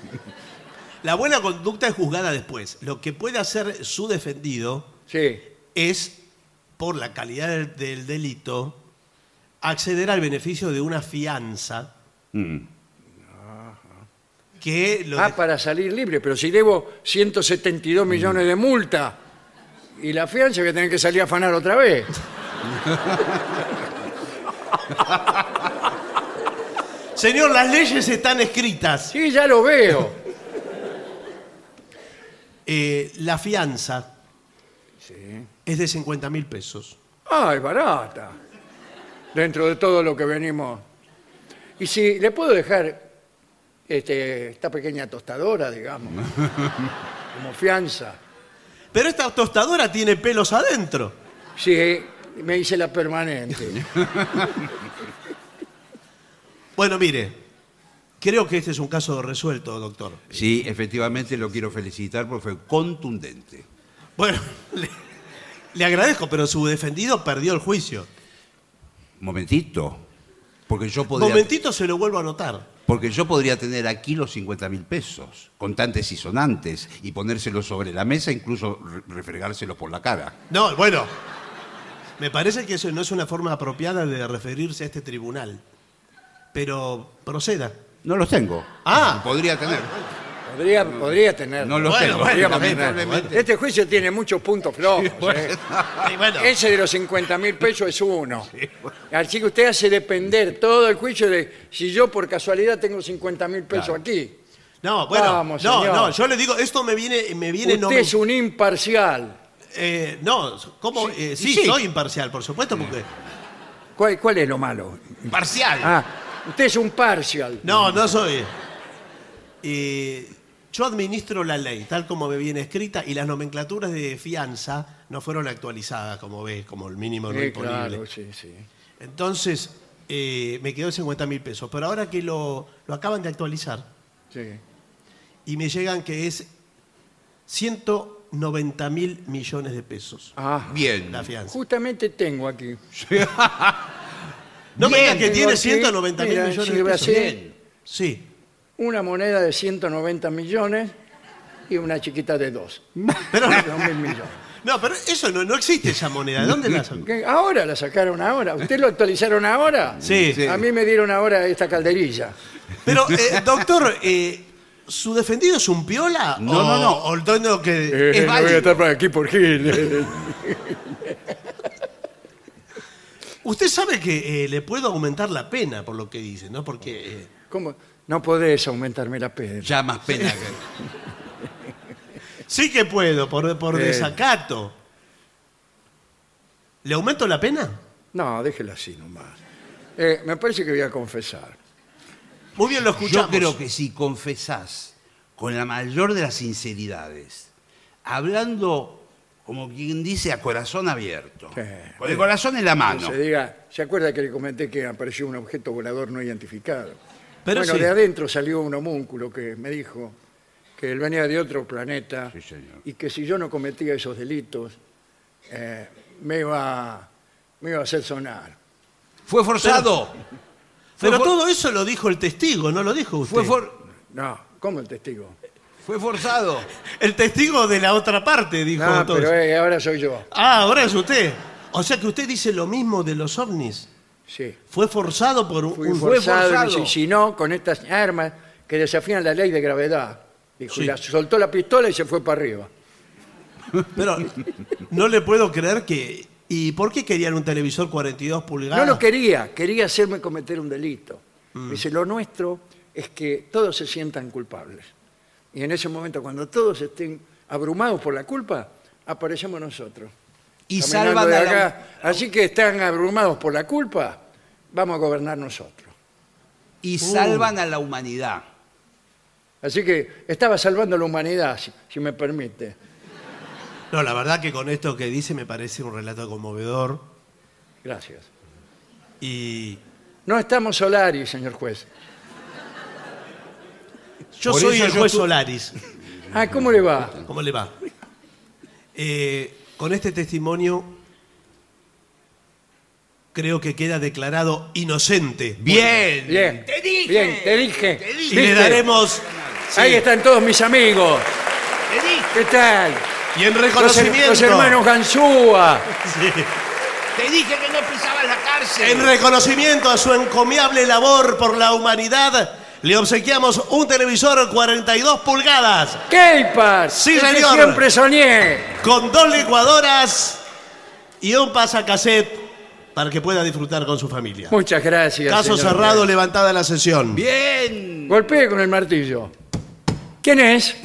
S3: La buena conducta es juzgada después. Lo que puede hacer su defendido
S2: Sí.
S3: es, por la calidad del, del delito, acceder al beneficio de una fianza que lo
S2: Ah,
S3: de- Mm.
S2: para salir libre, pero si debo 172 millones de multa y la fianza voy a tener que salir a afanar otra vez.
S3: Señor, las leyes están escritas.
S2: Sí, ya lo veo.
S3: Eh, la fianza es de 50 mil pesos.
S2: Ah, es barata. Dentro de todo lo que venimos. Y si le puedo dejar este, esta pequeña tostadora, digamos, como fianza.
S3: Pero esta tostadora tiene pelos adentro.
S2: Sí, me hice la permanente.
S3: Bueno, mire, creo que este es un caso resuelto, doctor.
S4: Sí, efectivamente lo quiero felicitar porque fue contundente.
S3: Bueno, le, le agradezco, pero su defendido perdió el juicio.
S4: Momentito, porque yo podría,
S3: Momentito se lo vuelvo a anotar.
S4: porque yo podría tener aquí los 50 mil pesos, contantes y sonantes, y ponérselos sobre la mesa, incluso re- refregárselos por la cara.
S3: No, bueno. Me parece que eso no es una forma apropiada de referirse a este tribunal. Pero proceda.
S4: No los tengo.
S3: Ah.
S4: Podría tener.
S2: Podría, podría tener.
S4: No los
S3: Bueno,
S4: tengo.
S3: bueno,
S4: Podríamos
S3: bueno,
S4: tener.
S3: bueno.
S2: Este juicio tiene muchos puntos flojos. ¿eh?
S3: Y bueno,
S2: Ese de los 50 mil pesos es uno. Así que usted hace depender todo el juicio de si yo por casualidad tengo 50 mil pesos aquí.
S3: no, bueno.
S2: Vamos,
S3: no,
S2: señor.
S3: no, yo le digo, esto me viene, me viene
S2: usted
S3: no. me-
S2: es un imparcial.
S3: Eh, no, ¿cómo? Eh, Sí,
S4: sí.
S3: soy imparcial, por supuesto, porque.
S2: ¿Cuál, cuál es lo malo?
S4: Parcial.
S2: Ah, usted es un parcial.
S3: No, no soy. Eh, yo administro la ley tal como me viene escrita y las nomenclaturas de fianza no fueron actualizadas, como ves, como el mínimo no
S2: Sí,
S3: imponible.
S2: Eh, claro, sí, sí.
S3: Entonces, eh, me quedó 50 mil pesos. Pero ahora que lo, lo acaban de actualizar
S2: sí.
S3: y me llegan que es 190 mil millones de pesos
S2: Ah,
S4: Bien.
S3: la fianza.
S2: justamente tengo aquí.
S3: No me
S4: Bien,
S3: digas que
S2: tengo
S3: tiene
S2: aquí,
S3: 190 mil
S2: mira,
S3: millones
S2: sí,
S3: de pesos.
S2: Brasil.
S4: Bien.
S3: Sí.
S2: Una moneda de 190 millones y una chiquita de dos.
S3: Pero,
S2: Dos mil millones.
S3: no, pero eso no, no existe esa moneda. ¿De dónde la sacó?
S2: ¿Qué? Ahora la sacaron ahora. ¿Usted lo actualizaron ahora?
S3: Sí.
S4: Sí.
S2: A mí me dieron ahora esta calderilla.
S3: Pero, eh, doctor, eh, ¿su defendido es un piola?
S4: No,
S3: o,
S4: no, no.
S3: O el dueño que.
S4: Es
S2: Eh, no voy
S4: válido.
S2: a estar por aquí por Gil.
S3: Usted sabe que eh, le puedo aumentar la pena por lo que dice, ¿no? Porque eh,
S2: ¿Cómo? No podés aumentarme la pena.
S4: Ya más pena que.
S3: sí que puedo, por, por
S2: Bien.
S3: desacato. ¿Le aumento la pena?
S2: No, déjela así nomás. Eh, me parece que voy a confesar.
S3: Muy bien, lo
S4: Yo
S3: escuchamos.
S4: creo que si confesás con la mayor de las sinceridades, hablando como quien dice a corazón abierto,
S2: Sí.
S4: con el corazón en la mano,
S2: Se diga, ¿se acuerda que le comenté que apareció un objeto volador no identificado?
S3: Pero
S2: bueno,
S3: sí.
S2: de adentro salió un homúnculo que me dijo que él venía de otro planeta
S4: Sí, señor.
S2: y que si yo no cometía esos delitos eh, me, iba, me iba a hacer sonar.
S4: fue forzado. Fue
S3: Pero
S4: for-
S3: todo eso lo dijo el testigo, no lo dijo usted.
S4: Fue, for-
S2: No, ¿cómo el testigo?
S4: fue forzado.
S3: El testigo de la otra parte dijo
S2: No,
S3: entonces.
S2: pero eh, ahora soy yo.
S3: Ah, ahora es usted. O sea que usted dice lo mismo de los ovnis.
S2: Sí.
S3: Fue forzado por un...
S2: Fui
S3: un-
S4: fue
S2: forzado,
S4: forzado.
S2: me asesinó con estas armas que desafían la ley de gravedad. Dijo,
S3: Sí.
S2: y la- soltó la pistola y se fue para arriba.
S3: Pero no le puedo creer que... ¿Y por qué querían un televisor 42 pulgadas?
S2: No
S4: Ah.
S2: lo quería, quería hacerme cometer un delito.
S4: Mm.
S2: Dice, lo nuestro es que todos se sientan culpables. Y en ese momento, cuando todos estén abrumados por la culpa, aparecemos nosotros.
S4: Y
S2: caminando
S4: salvan
S2: de
S4: a la-
S2: acá. Así que están abrumados por la culpa, vamos a gobernar nosotros.
S4: Y
S2: Uh.
S4: salvan a la humanidad.
S2: Así que estaba salvando a la humanidad, si, si me permite.
S3: No, la verdad que con esto que dice me parece un relato conmovedor.
S2: Gracias.
S3: Y
S2: No estamos Solari, señor juez.
S3: yo
S4: Por
S3: soy
S4: eso
S3: el
S4: yo
S3: juez
S4: tu-
S3: Solaris.
S2: Ah, ¿cómo le va?
S3: ¿Cómo le va? Eh, con este testimonio creo que queda declarado inocente.
S4: Bien.
S2: Bien.
S4: Te dije.
S2: Bien, te dije.
S4: Te
S3: Y
S4: dije.
S3: le
S2: ¿Viste?
S3: daremos... sí,
S2: Ahí están todos mis amigos.
S4: Te dije.
S2: ¿Qué tal?
S3: Y en
S2: Los, her-
S3: reconocimiento...
S2: los hermanos Gansúa.
S3: Sí.
S4: Te dije que no pisabas la cárcel.
S3: En reconocimiento a su encomiable labor por la humanidad, le obsequiamos un televisor 42 pulgadas
S2: ¡Keipas!
S3: Sí,
S2: el que
S3: señor.
S2: siempre soñé.
S3: con dos licuadoras y un pasacassette para que pueda disfrutar con su familia.
S2: Muchas gracias.
S3: Caso
S2: señor
S3: cerrado,
S2: juez.
S3: levantada la sesión.
S4: Bien.
S2: Golpee con el martillo. ¿Quién es?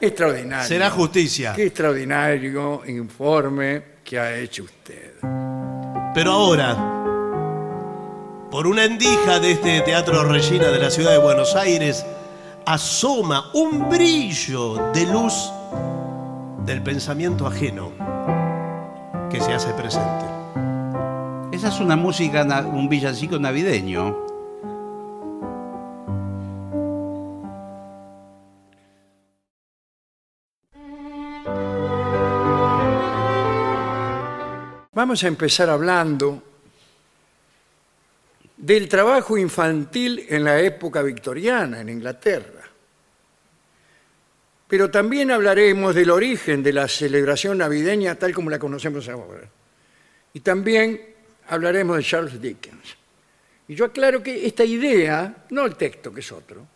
S2: extraordinario.
S3: Será justicia.
S2: Qué extraordinario informe que ha hecho usted.
S3: Pero ahora, por una endija de este Teatro Regina de la ciudad de Buenos Aires, asoma un brillo de luz del pensamiento ajeno que se hace presente.
S4: Esa es una música, na- un villancico navideño.
S2: Vamos a empezar hablando del trabajo infantil en la época victoriana en Inglaterra. Pero también hablaremos del origen de la celebración navideña tal como la conocemos ahora. Y también hablaremos de Charles Dickens. Y yo aclaro que esta idea, no el texto que es otro,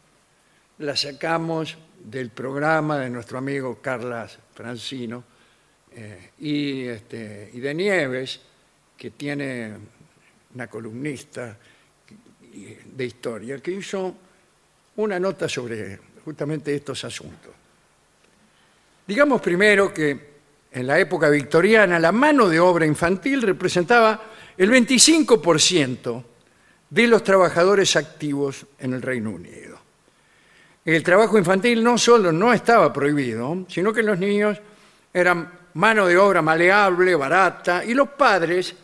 S2: la sacamos del programa de nuestro amigo Carlas Francino, eh, y, este, y de Nieves, que tiene una columnista de historia, que hizo una nota sobre justamente estos asuntos. Digamos primero que en la época victoriana la mano de obra infantil representaba el 25% de los trabajadores activos en el Reino Unido. El trabajo infantil no solo no estaba prohibido, sino que los niños eran mano de obra maleable, barata, y los padres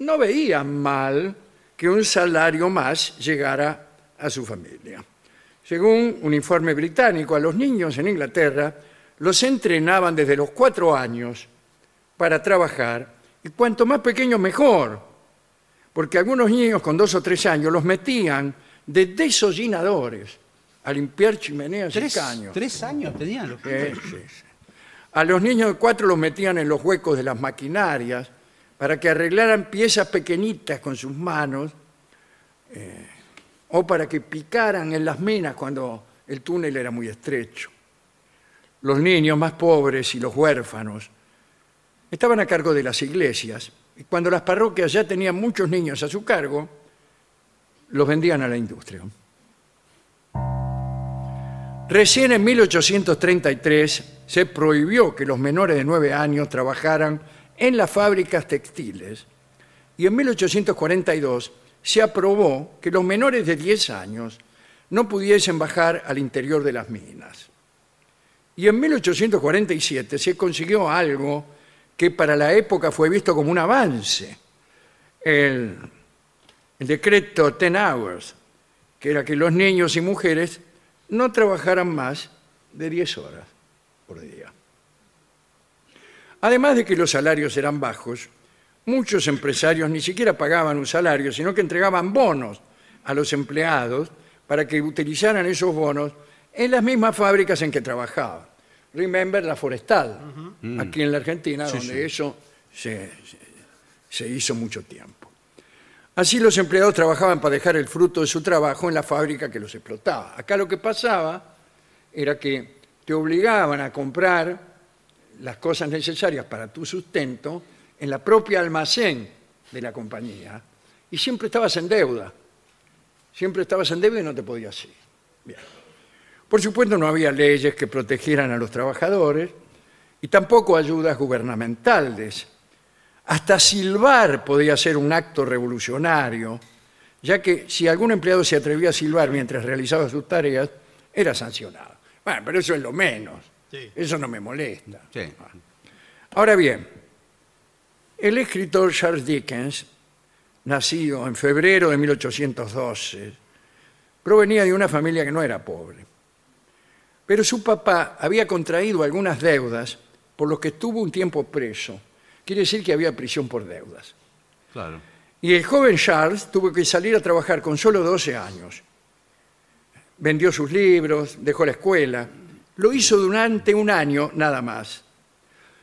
S2: no veían mal que un salario más llegara a su familia. Según un informe británico, a los niños en Inglaterra los entrenaban desde los cuatro años para trabajar, y cuanto más pequeños mejor, porque algunos niños con dos o tres años los metían de desollinadores a limpiar chimeneas y
S4: Tres,
S2: caños.
S4: tres años tenían los
S2: Sí, sí, sí. A los niños de cuatro los metían en los huecos de las maquinarias para que arreglaran piezas pequeñitas con sus manos eh, o para que picaran en las minas cuando el túnel era muy estrecho. Los niños más pobres y los huérfanos estaban a cargo de las iglesias Y cuando las parroquias ya tenían muchos niños a su cargo, los vendían a la industria. Recién en 1833 se prohibió que los menores de 9 años trabajaran en las fábricas textiles y en 1842 se aprobó que los menores de 10 años no pudiesen bajar al interior de las minas. Y en 1847 se consiguió algo que para la época fue visto como un avance, el, el decreto Ten Hours, que era que los niños y mujeres no trabajaran más de 10 horas por día. Además de que los salarios eran bajos, muchos empresarios ni siquiera pagaban un salario, sino que entregaban bonos a los empleados para que utilizaran esos bonos en las mismas fábricas en que trabajaban. Remember la forestal, aquí en la Argentina, donde eso se, se- se hizo mucho tiempo. Así los empleados trabajaban para dejar el fruto de su trabajo en la fábrica que los explotaba. Acá lo que pasaba era que te obligaban a comprar las cosas necesarias para tu sustento en la propia almacén de la compañía y siempre estabas en deuda. Siempre estabas en deuda y no te podías ir. Bien. Por supuesto no había leyes que protegieran a los trabajadores y tampoco ayudas gubernamentales. Hasta silbar podía ser un acto revolucionario, ya que si algún empleado se atrevía a silbar mientras realizaba sus tareas, era sancionado. Bueno, pero eso es lo menos.
S3: Sí.
S2: Eso no me molesta.
S4: Sí.
S2: Ahora bien, el escritor Charles Dickens, nacido en febrero de 1812, provenía de una familia que no era pobre. Pero su papá había contraído algunas deudas por lo que estuvo un tiempo preso. Quiere decir que había prisión por deudas.
S4: Claro.
S2: Y el joven Charles tuvo que salir a trabajar con solo 12 años. Vendió sus libros, dejó la escuela. Lo hizo durante un año nada más.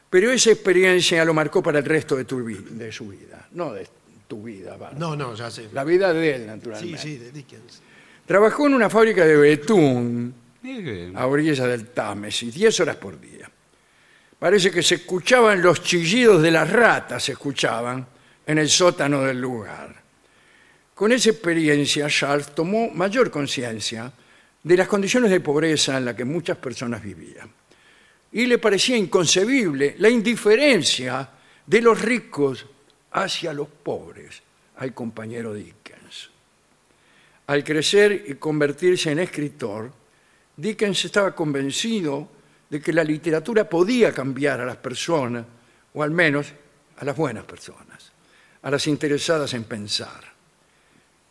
S2: Pero esa experiencia lo marcó para el resto de, tu vi- de su vida. No de tu vida, va.
S3: No, no, ya sé.
S2: La vida de él, naturalmente.
S3: Sí, sí, de Dickens.
S2: Trabajó en una fábrica de betún
S4: Mire que-
S2: a orillas del Támesis, 10 horas por día. Parece que se escuchaban los chillidos de las ratas, se escuchaban en el sótano del lugar. Con esa experiencia, Charles tomó mayor conciencia de las condiciones de pobreza en las que muchas personas vivían. Y le parecía inconcebible la indiferencia de los ricos hacia los pobres, al compañero Dickens. Al crecer y convertirse en escritor, Dickens estaba convencido de que la literatura podía cambiar a las personas, o al menos a las buenas personas, a las interesadas en pensar.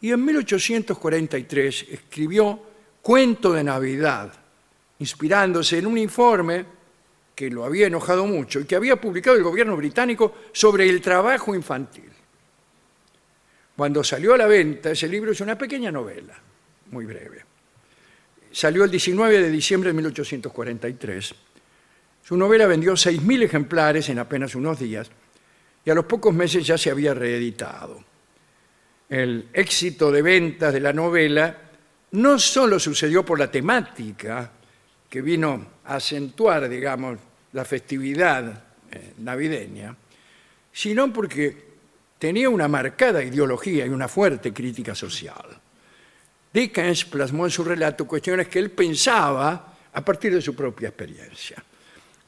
S2: Y en 1843 escribió Cuento de Navidad, inspirándose en un informe que lo había enojado mucho y que había publicado el gobierno británico sobre el trabajo infantil. Cuando salió a la venta, ese libro es una pequeña novela, muy breve. Salió el 19 de diciembre de 1843. Su novela vendió 6.000 ejemplares en apenas unos días y a los pocos meses ya se había reeditado. El éxito de ventas de la novela no solo sucedió por la temática que vino a acentuar, digamos, la festividad eh, navideña, sino porque tenía una marcada ideología y una fuerte crítica social. Dickens plasmó en su relato cuestiones que él pensaba a partir de su propia experiencia.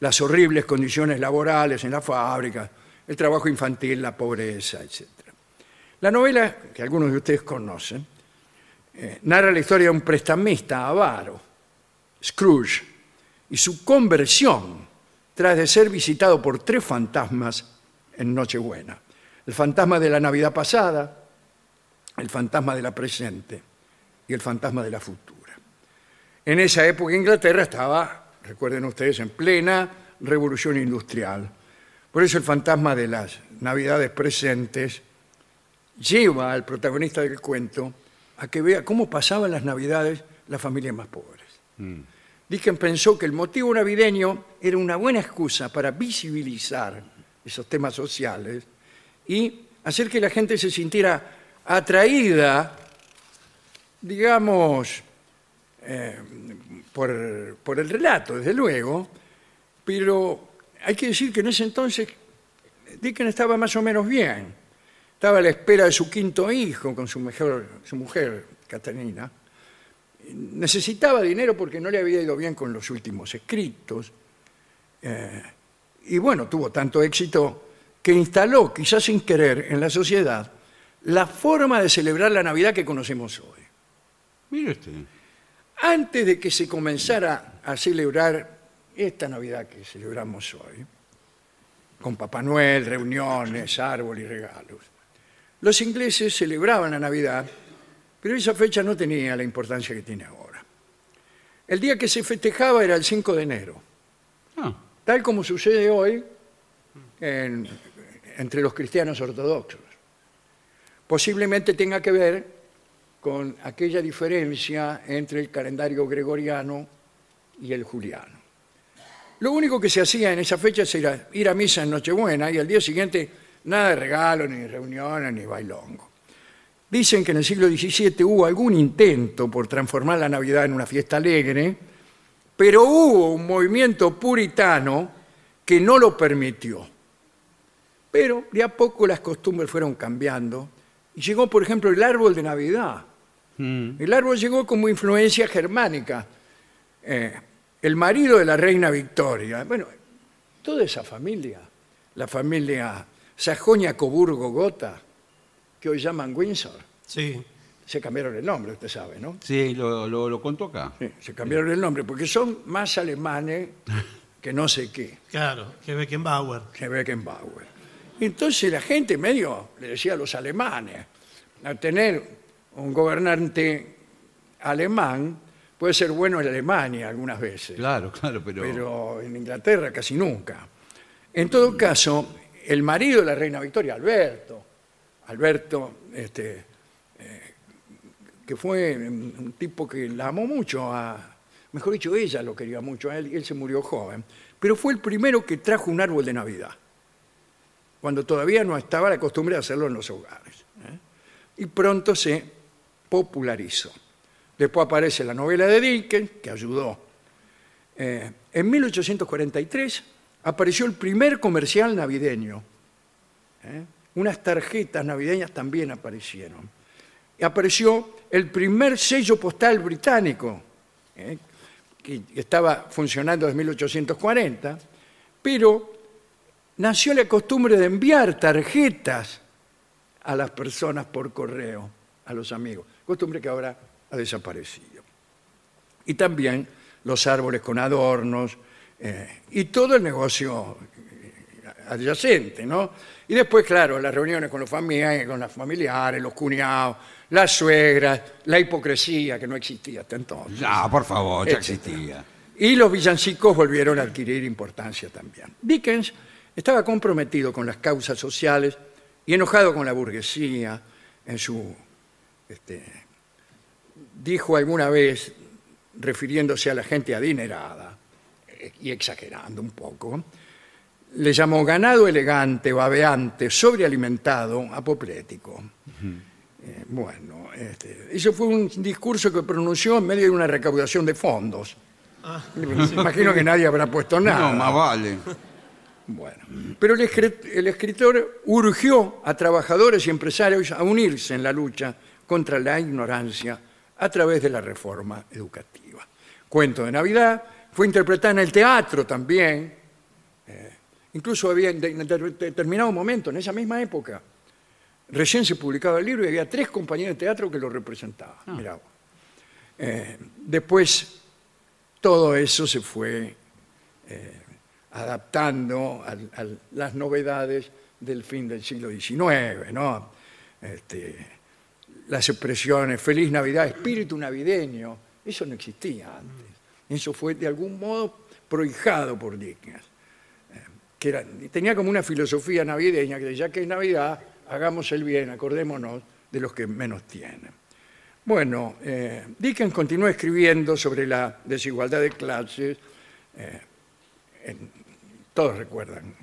S2: Las horribles condiciones laborales en la fábrica, el trabajo infantil, la pobreza, etc. La novela, que algunos de ustedes conocen, eh, narra la historia de un prestamista avaro, Scrooge, y su conversión tras de ser visitado por tres fantasmas en Nochebuena. El fantasma de la Navidad pasada, el fantasma de la presente y el fantasma de la futura. En esa época Inglaterra estaba, recuerden ustedes, en plena revolución industrial. Por eso el fantasma de las Navidades presentes lleva al protagonista del cuento a que vea cómo pasaban las Navidades las familias más pobres. Dickens pensó que el motivo navideño era una buena excusa para visibilizar esos temas sociales y hacer que la gente se sintiera atraída, digamos, eh, por, por el relato, desde luego, pero hay que decir que en ese entonces Dickens estaba más o menos bien. Estaba a la espera de su quinto hijo con su, mejor, su mujer, Catalina. Necesitaba dinero porque no le había ido bien con los últimos escritos. Eh, y bueno, tuvo tanto éxito que instaló, quizás sin querer, en la sociedad la forma de celebrar la Navidad que conocemos hoy.
S4: Mire este. usted.
S2: Antes de que se comenzara a celebrar esta Navidad que celebramos hoy, con Papá Noel, reuniones, árbol y regalos, los ingleses celebraban la Navidad, pero esa fecha no tenía la importancia que tiene ahora. El día que se festejaba era el 5 de enero,
S4: Ah,
S2: tal como sucede hoy en- entre los cristianos ortodoxos. Posiblemente tenga que ver con aquella diferencia entre el calendario gregoriano y el juliano. Lo único que se hacía en esa fecha era ir a misa en Nochebuena y al día siguiente nada de regalo, ni reuniones, ni bailongo. Dicen que en el siglo XVII hubo algún intento por transformar la Navidad en una fiesta alegre, pero hubo un movimiento puritano que no lo permitió. Pero de a poco las costumbres fueron cambiando y llegó, por ejemplo, el árbol de Navidad.
S4: Mm.
S2: El árbol llegó como influencia germánica. Eh, el marido de la reina Victoria, bueno, toda esa familia, la familia Sajonia Coburgo Gotha, que hoy llaman Windsor,
S3: Sí.
S2: se cambiaron el nombre, usted sabe, ¿no?
S4: sí, lo, lo, lo contó acá.
S2: Sí, se cambiaron el nombre porque son más alemanes que no sé qué.
S3: Claro, que Beckenbauer.
S2: que Beckenbauer. Entonces la gente medio le decía a los alemanes, a tener un gobernante alemán puede ser bueno en Alemania algunas veces,
S4: Claro, claro, pero.
S2: pero en Inglaterra casi nunca. En todo caso, el marido de la reina Victoria, Alberto, Alberto, este, eh, que fue un un tipo que la amó mucho, a, mejor dicho, ella lo quería mucho a él, y él se murió joven, pero fue el primero que trajo un árbol de Navidad, cuando todavía no estaba la costumbre de hacerlo en los hogares. ¿eh? Y pronto se popularizó. Después aparece la novela de Dickens, que ayudó eh, en 1843 apareció el primer comercial navideño. ¿eh? Unas tarjetas navideñas también aparecieron. Y apareció el primer sello postal británico, ¿eh? que estaba funcionando desde 1840, pero nació la costumbre de enviar tarjetas a las personas por correo, a los amigos, costumbre que ahora ha desaparecido y también los árboles con adornos eh, y todo el negocio eh, adyacente, ¿no? Y después, claro, las reuniones con los, fami- con los familiares, los cuñados, las suegras, la hipocresía que no existía hasta entonces.
S4: Ya, por favor, ya
S2: Etcétera.
S4: existía.
S2: Y los villancicos volvieron a adquirir importancia también. Dickens estaba comprometido con las causas sociales y enojado con la burguesía. En su, este, dijo alguna vez, refiriéndose a la gente adinerada eh, y exagerando un poco, le llamó ganado elegante, babeante, sobrealimentado, apoplético. Eh, bueno, este, eso fue un discurso que pronunció en medio de una recaudación de fondos.
S3: Ah.
S2: Pues, Imagino que nadie habrá puesto nada.
S4: No, más vale.
S2: Bueno, pero el, escri- el escritor urgió a trabajadores y empresarios a unirse en la lucha contra la ignorancia a través de la reforma educativa. Cuento de Navidad fue interpretada en el teatro también. Eh, incluso había en de- en de- determinado momento, en esa misma época, recién se publicaba el libro y había tres compañías de teatro que lo representaban. Mirá vos. Eh, después, todo eso se fue adaptando al- al- las novedades del fin del siglo XIX, ¿no? Este, las expresiones feliz Navidad, espíritu navideño, eso no existía antes. Eso fue de algún modo prohijado por Dickens, eh, que era- tenía como una filosofía navideña que ya que es Navidad, hagamos el bien, acordémonos de los que menos tienen. Bueno, eh, Dickens continuó escribiendo sobre la desigualdad de clases, todos recuerdan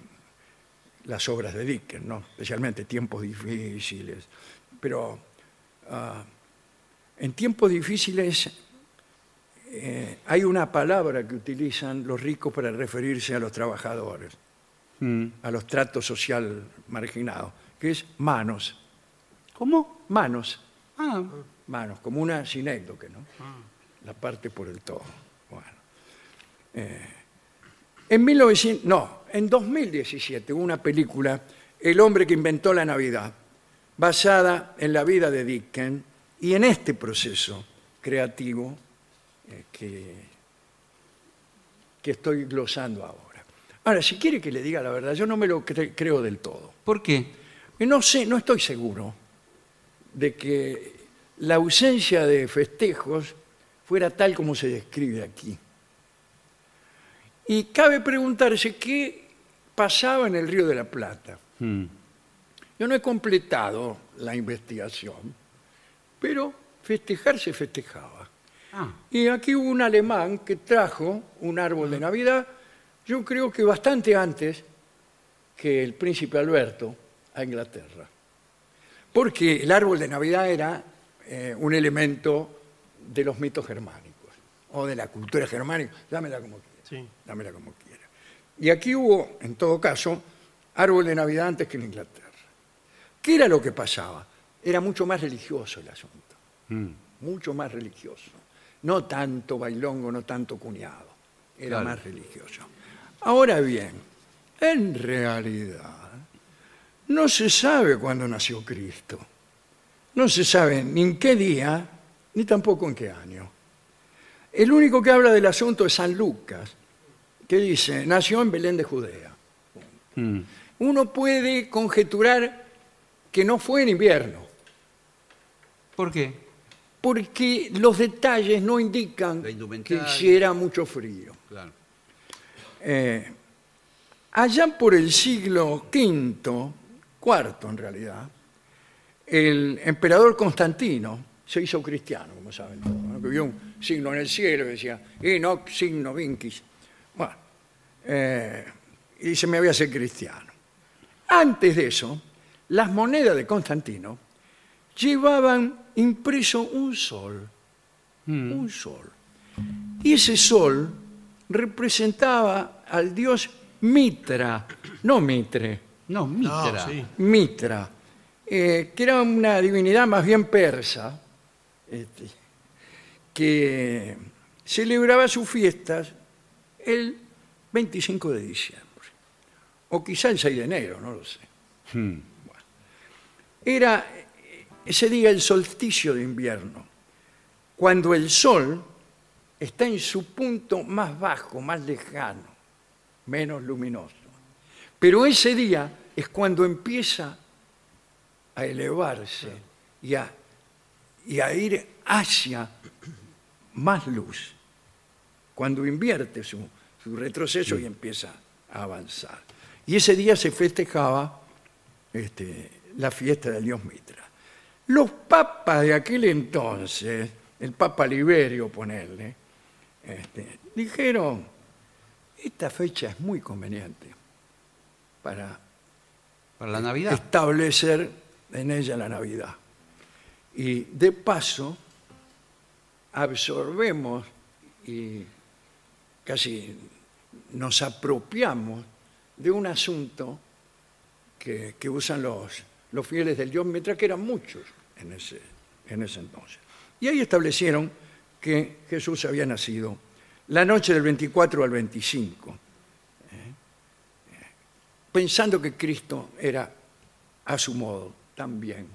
S2: las obras de Dickens, ¿no? especialmente tiempos difíciles. Pero ah, en tiempos difíciles eh, hay una palabra que utilizan los ricos para referirse a los trabajadores, a los tratos social marginados, que es manos,
S4: ¿Cómo?
S2: manos,
S4: Ah,
S2: manos, como una sinécdoque, ¿no? La parte por el todo. Bueno. Eh, en 1900 no, en 2017 hubo una película, El hombre que inventó la Navidad, basada en la vida de Dickens y en este proceso creativo eh, que, que estoy glosando ahora. Ahora, si quiere que le diga la verdad, yo no me lo cre- creo del todo.
S4: ¿por qué?
S2: Y No sé, no estoy seguro de que la ausencia de festejos fuera tal como se describe aquí. Y cabe preguntarse qué pasaba en el Río de la Plata.
S4: Mm.
S2: Yo no he completado la investigación, pero festejar se festejaba.
S4: Ah,
S2: Y aquí hubo un alemán que trajo un árbol de Navidad, yo creo que bastante antes que el príncipe Alberto a Inglaterra. Porque el árbol de Navidad era eh, un elemento de los mitos germánicos o de la cultura germánica, dámela como quiera.
S3: Sí.
S2: Dámela como quiera. Y aquí hubo, en todo caso, árbol de Navidad antes que en Inglaterra. ¿Qué era lo que pasaba? Era mucho más religioso el asunto mucho más religioso. No tanto bailongo, no tanto cuñado. Era más religioso. Ahora bien, en realidad, no se sabe cuándo nació Cristo. No se sabe ni en qué día, ni tampoco en qué año. El único que habla del asunto es San Lucas, que dice, nació en Belén de Judea.
S4: Mm.
S2: Uno puede conjeturar que no fue en invierno,
S4: ¿por qué?
S2: porque los detalles no indican
S4: La
S2: que
S4: indumentaria.
S2: hiciera mucho frío.
S4: Claro.
S2: Eh, allá por el siglo V, cuarto en realidad, el emperador Constantino se hizo cristiano, como saben todos, ¿no? que vio un signo en el cielo y decía, Enoch signo vinquis. Bueno, eh, y se me voy a ser cristiano. Antes de eso, las monedas de Constantino llevaban impreso un sol, un sol. Y ese sol representaba al dios Mitra, no Mitre,
S3: No,
S4: No, Mitra.
S3: sí.
S2: Mitra, eh, que era una divinidad más bien persa, este, que celebraba sus fiestas el 25 de diciembre, o quizá el 6 de enero, no lo sé. Bueno. Era eh, ese día el solsticio de invierno, cuando el sol está en su punto más bajo, más lejano, menos luminoso. Pero ese día es cuando empieza a elevarse y a, y a ir hacia más luz, cuando invierte su, su retroceso y empieza a avanzar. Y ese día se festejaba este, la fiesta del dios Mitra. Los papas de aquel entonces, el papa Liberio, ponerle, este, dijeron, esta fecha es muy conveniente para
S4: Para la Navidad.
S2: establecer en ella la Navidad. Y de paso, absorbemos y casi nos apropiamos de un asunto que, que usan los, los fieles del Dios, mientras que eran muchos en ese, en ese entonces. Y ahí establecieron que Jesús había nacido la noche del 24 al 25 pensando que Cristo era a su modo también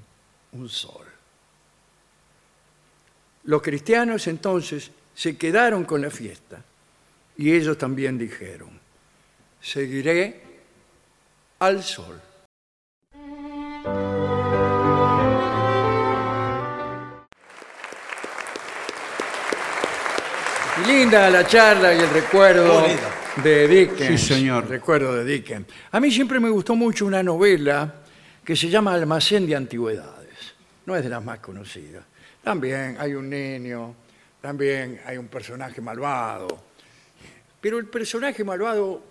S2: un sol. Los cristianos entonces se quedaron con la fiesta y ellos también dijeron, seguiré al sol. Linda la charla y el recuerdo
S3: Bonito.
S2: de Dickens.
S4: Sí, señor.
S2: Recuerdo de Dickens. A mí siempre me gustó mucho una novela que se llama Almacén de Antigüedades. No es de las más conocidas. También hay un niño, también hay un personaje malvado. Pero el personaje malvado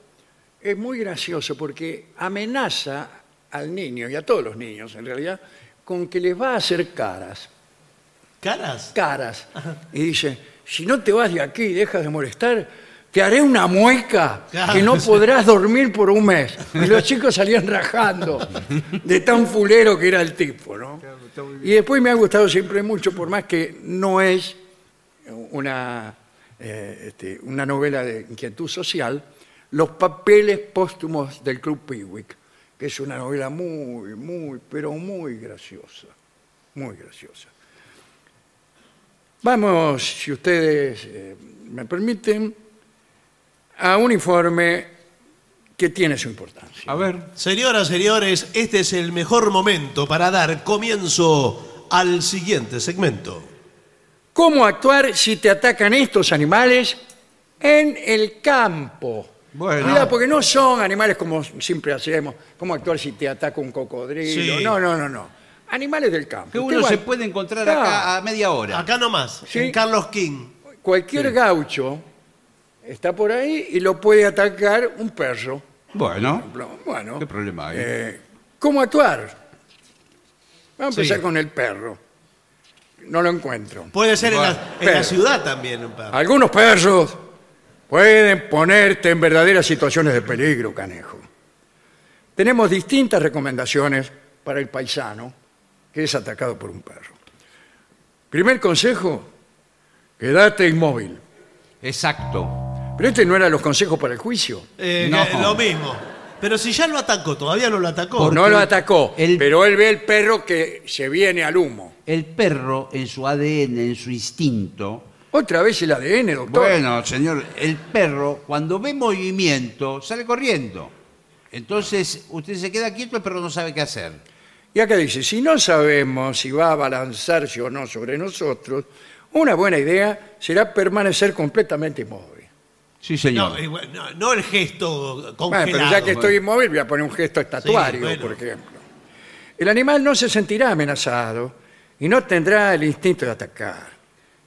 S2: es muy gracioso porque amenaza al niño y a todos los niños en realidad con que les va a hacer caras
S3: ¿Caras?
S2: caras. Y dice, si no te vas de aquí y dejas de molestar, te haré una mueca
S3: Claro,
S2: que no
S3: sí.
S2: podrás dormir por un mes. Y los chicos salían rajando de tan fulero que era el tipo, ¿no? Y después me ha gustado siempre mucho, por más que no es una, eh, este, una novela de inquietud social, Los papeles póstumos del Club Pickwick, que es una novela muy, muy, pero muy graciosa, muy graciosa. Vamos, si ustedes eh, me permiten, a un informe que tiene su importancia.
S4: A ver.
S3: Señoras, señores, este es el mejor momento para dar comienzo al siguiente segmento.
S2: ¿Cómo actuar si te atacan estos animales en el campo?
S4: Bueno.
S2: Cuidado, porque no son animales como siempre hacemos. ¿Cómo actuar si te ataca un cocodrilo?
S3: Sí.
S2: No, no, no, no. Animales del campo.
S4: Que
S2: Usted
S4: uno
S2: va-
S4: se puede encontrar
S2: Claro.
S4: Ah. acá a media hora.
S3: Acá nomás,
S2: Sí.
S3: en Carlos King.
S2: Cualquier gaucho está por ahí y lo puede atacar un perro.
S4: Bueno,
S2: Bueno.
S4: ¿qué problema hay?
S2: Eh, ¿Cómo actuar? Vamos a empezar
S3: Sí.
S2: con el perro. No lo encuentro.
S3: Puede ser en, la,
S4: Bueno,
S3: en la
S2: pero-
S3: ciudad también. un par.
S2: Algunos perros pueden ponerte en verdaderas situaciones de peligro, canejo. Tenemos distintas recomendaciones para el paisano que es atacado por un perro. Primer consejo, quédate inmóvil.
S4: Exacto.
S2: Pero este no eran los consejos para el juicio.
S3: Eh,
S4: No.
S3: que- Lo mismo. Pero si ya lo atacó, todavía no lo atacó.
S2: No lo atacó,
S4: el-
S2: pero él ve el perro que se viene al humo.
S4: El perro en su ADN, en su instinto.
S2: Otra vez el ADN, doctor.
S4: Bueno, señor, el perro cuando ve movimiento sale corriendo. Entonces usted se queda quieto, el perro no sabe qué hacer.
S2: Y acá dice, si no sabemos si va a balanzarse o no sobre nosotros, una buena idea será permanecer completamente inmóvil.
S4: Sí,
S3: No, igual- no, no el gesto
S2: Bueno,
S3: congelado.
S2: pero ya que estoy inmóvil voy a poner un gesto estatuario,
S3: Sí, bueno.
S2: por ejemplo. El animal no se sentirá amenazado y no tendrá el instinto de atacar.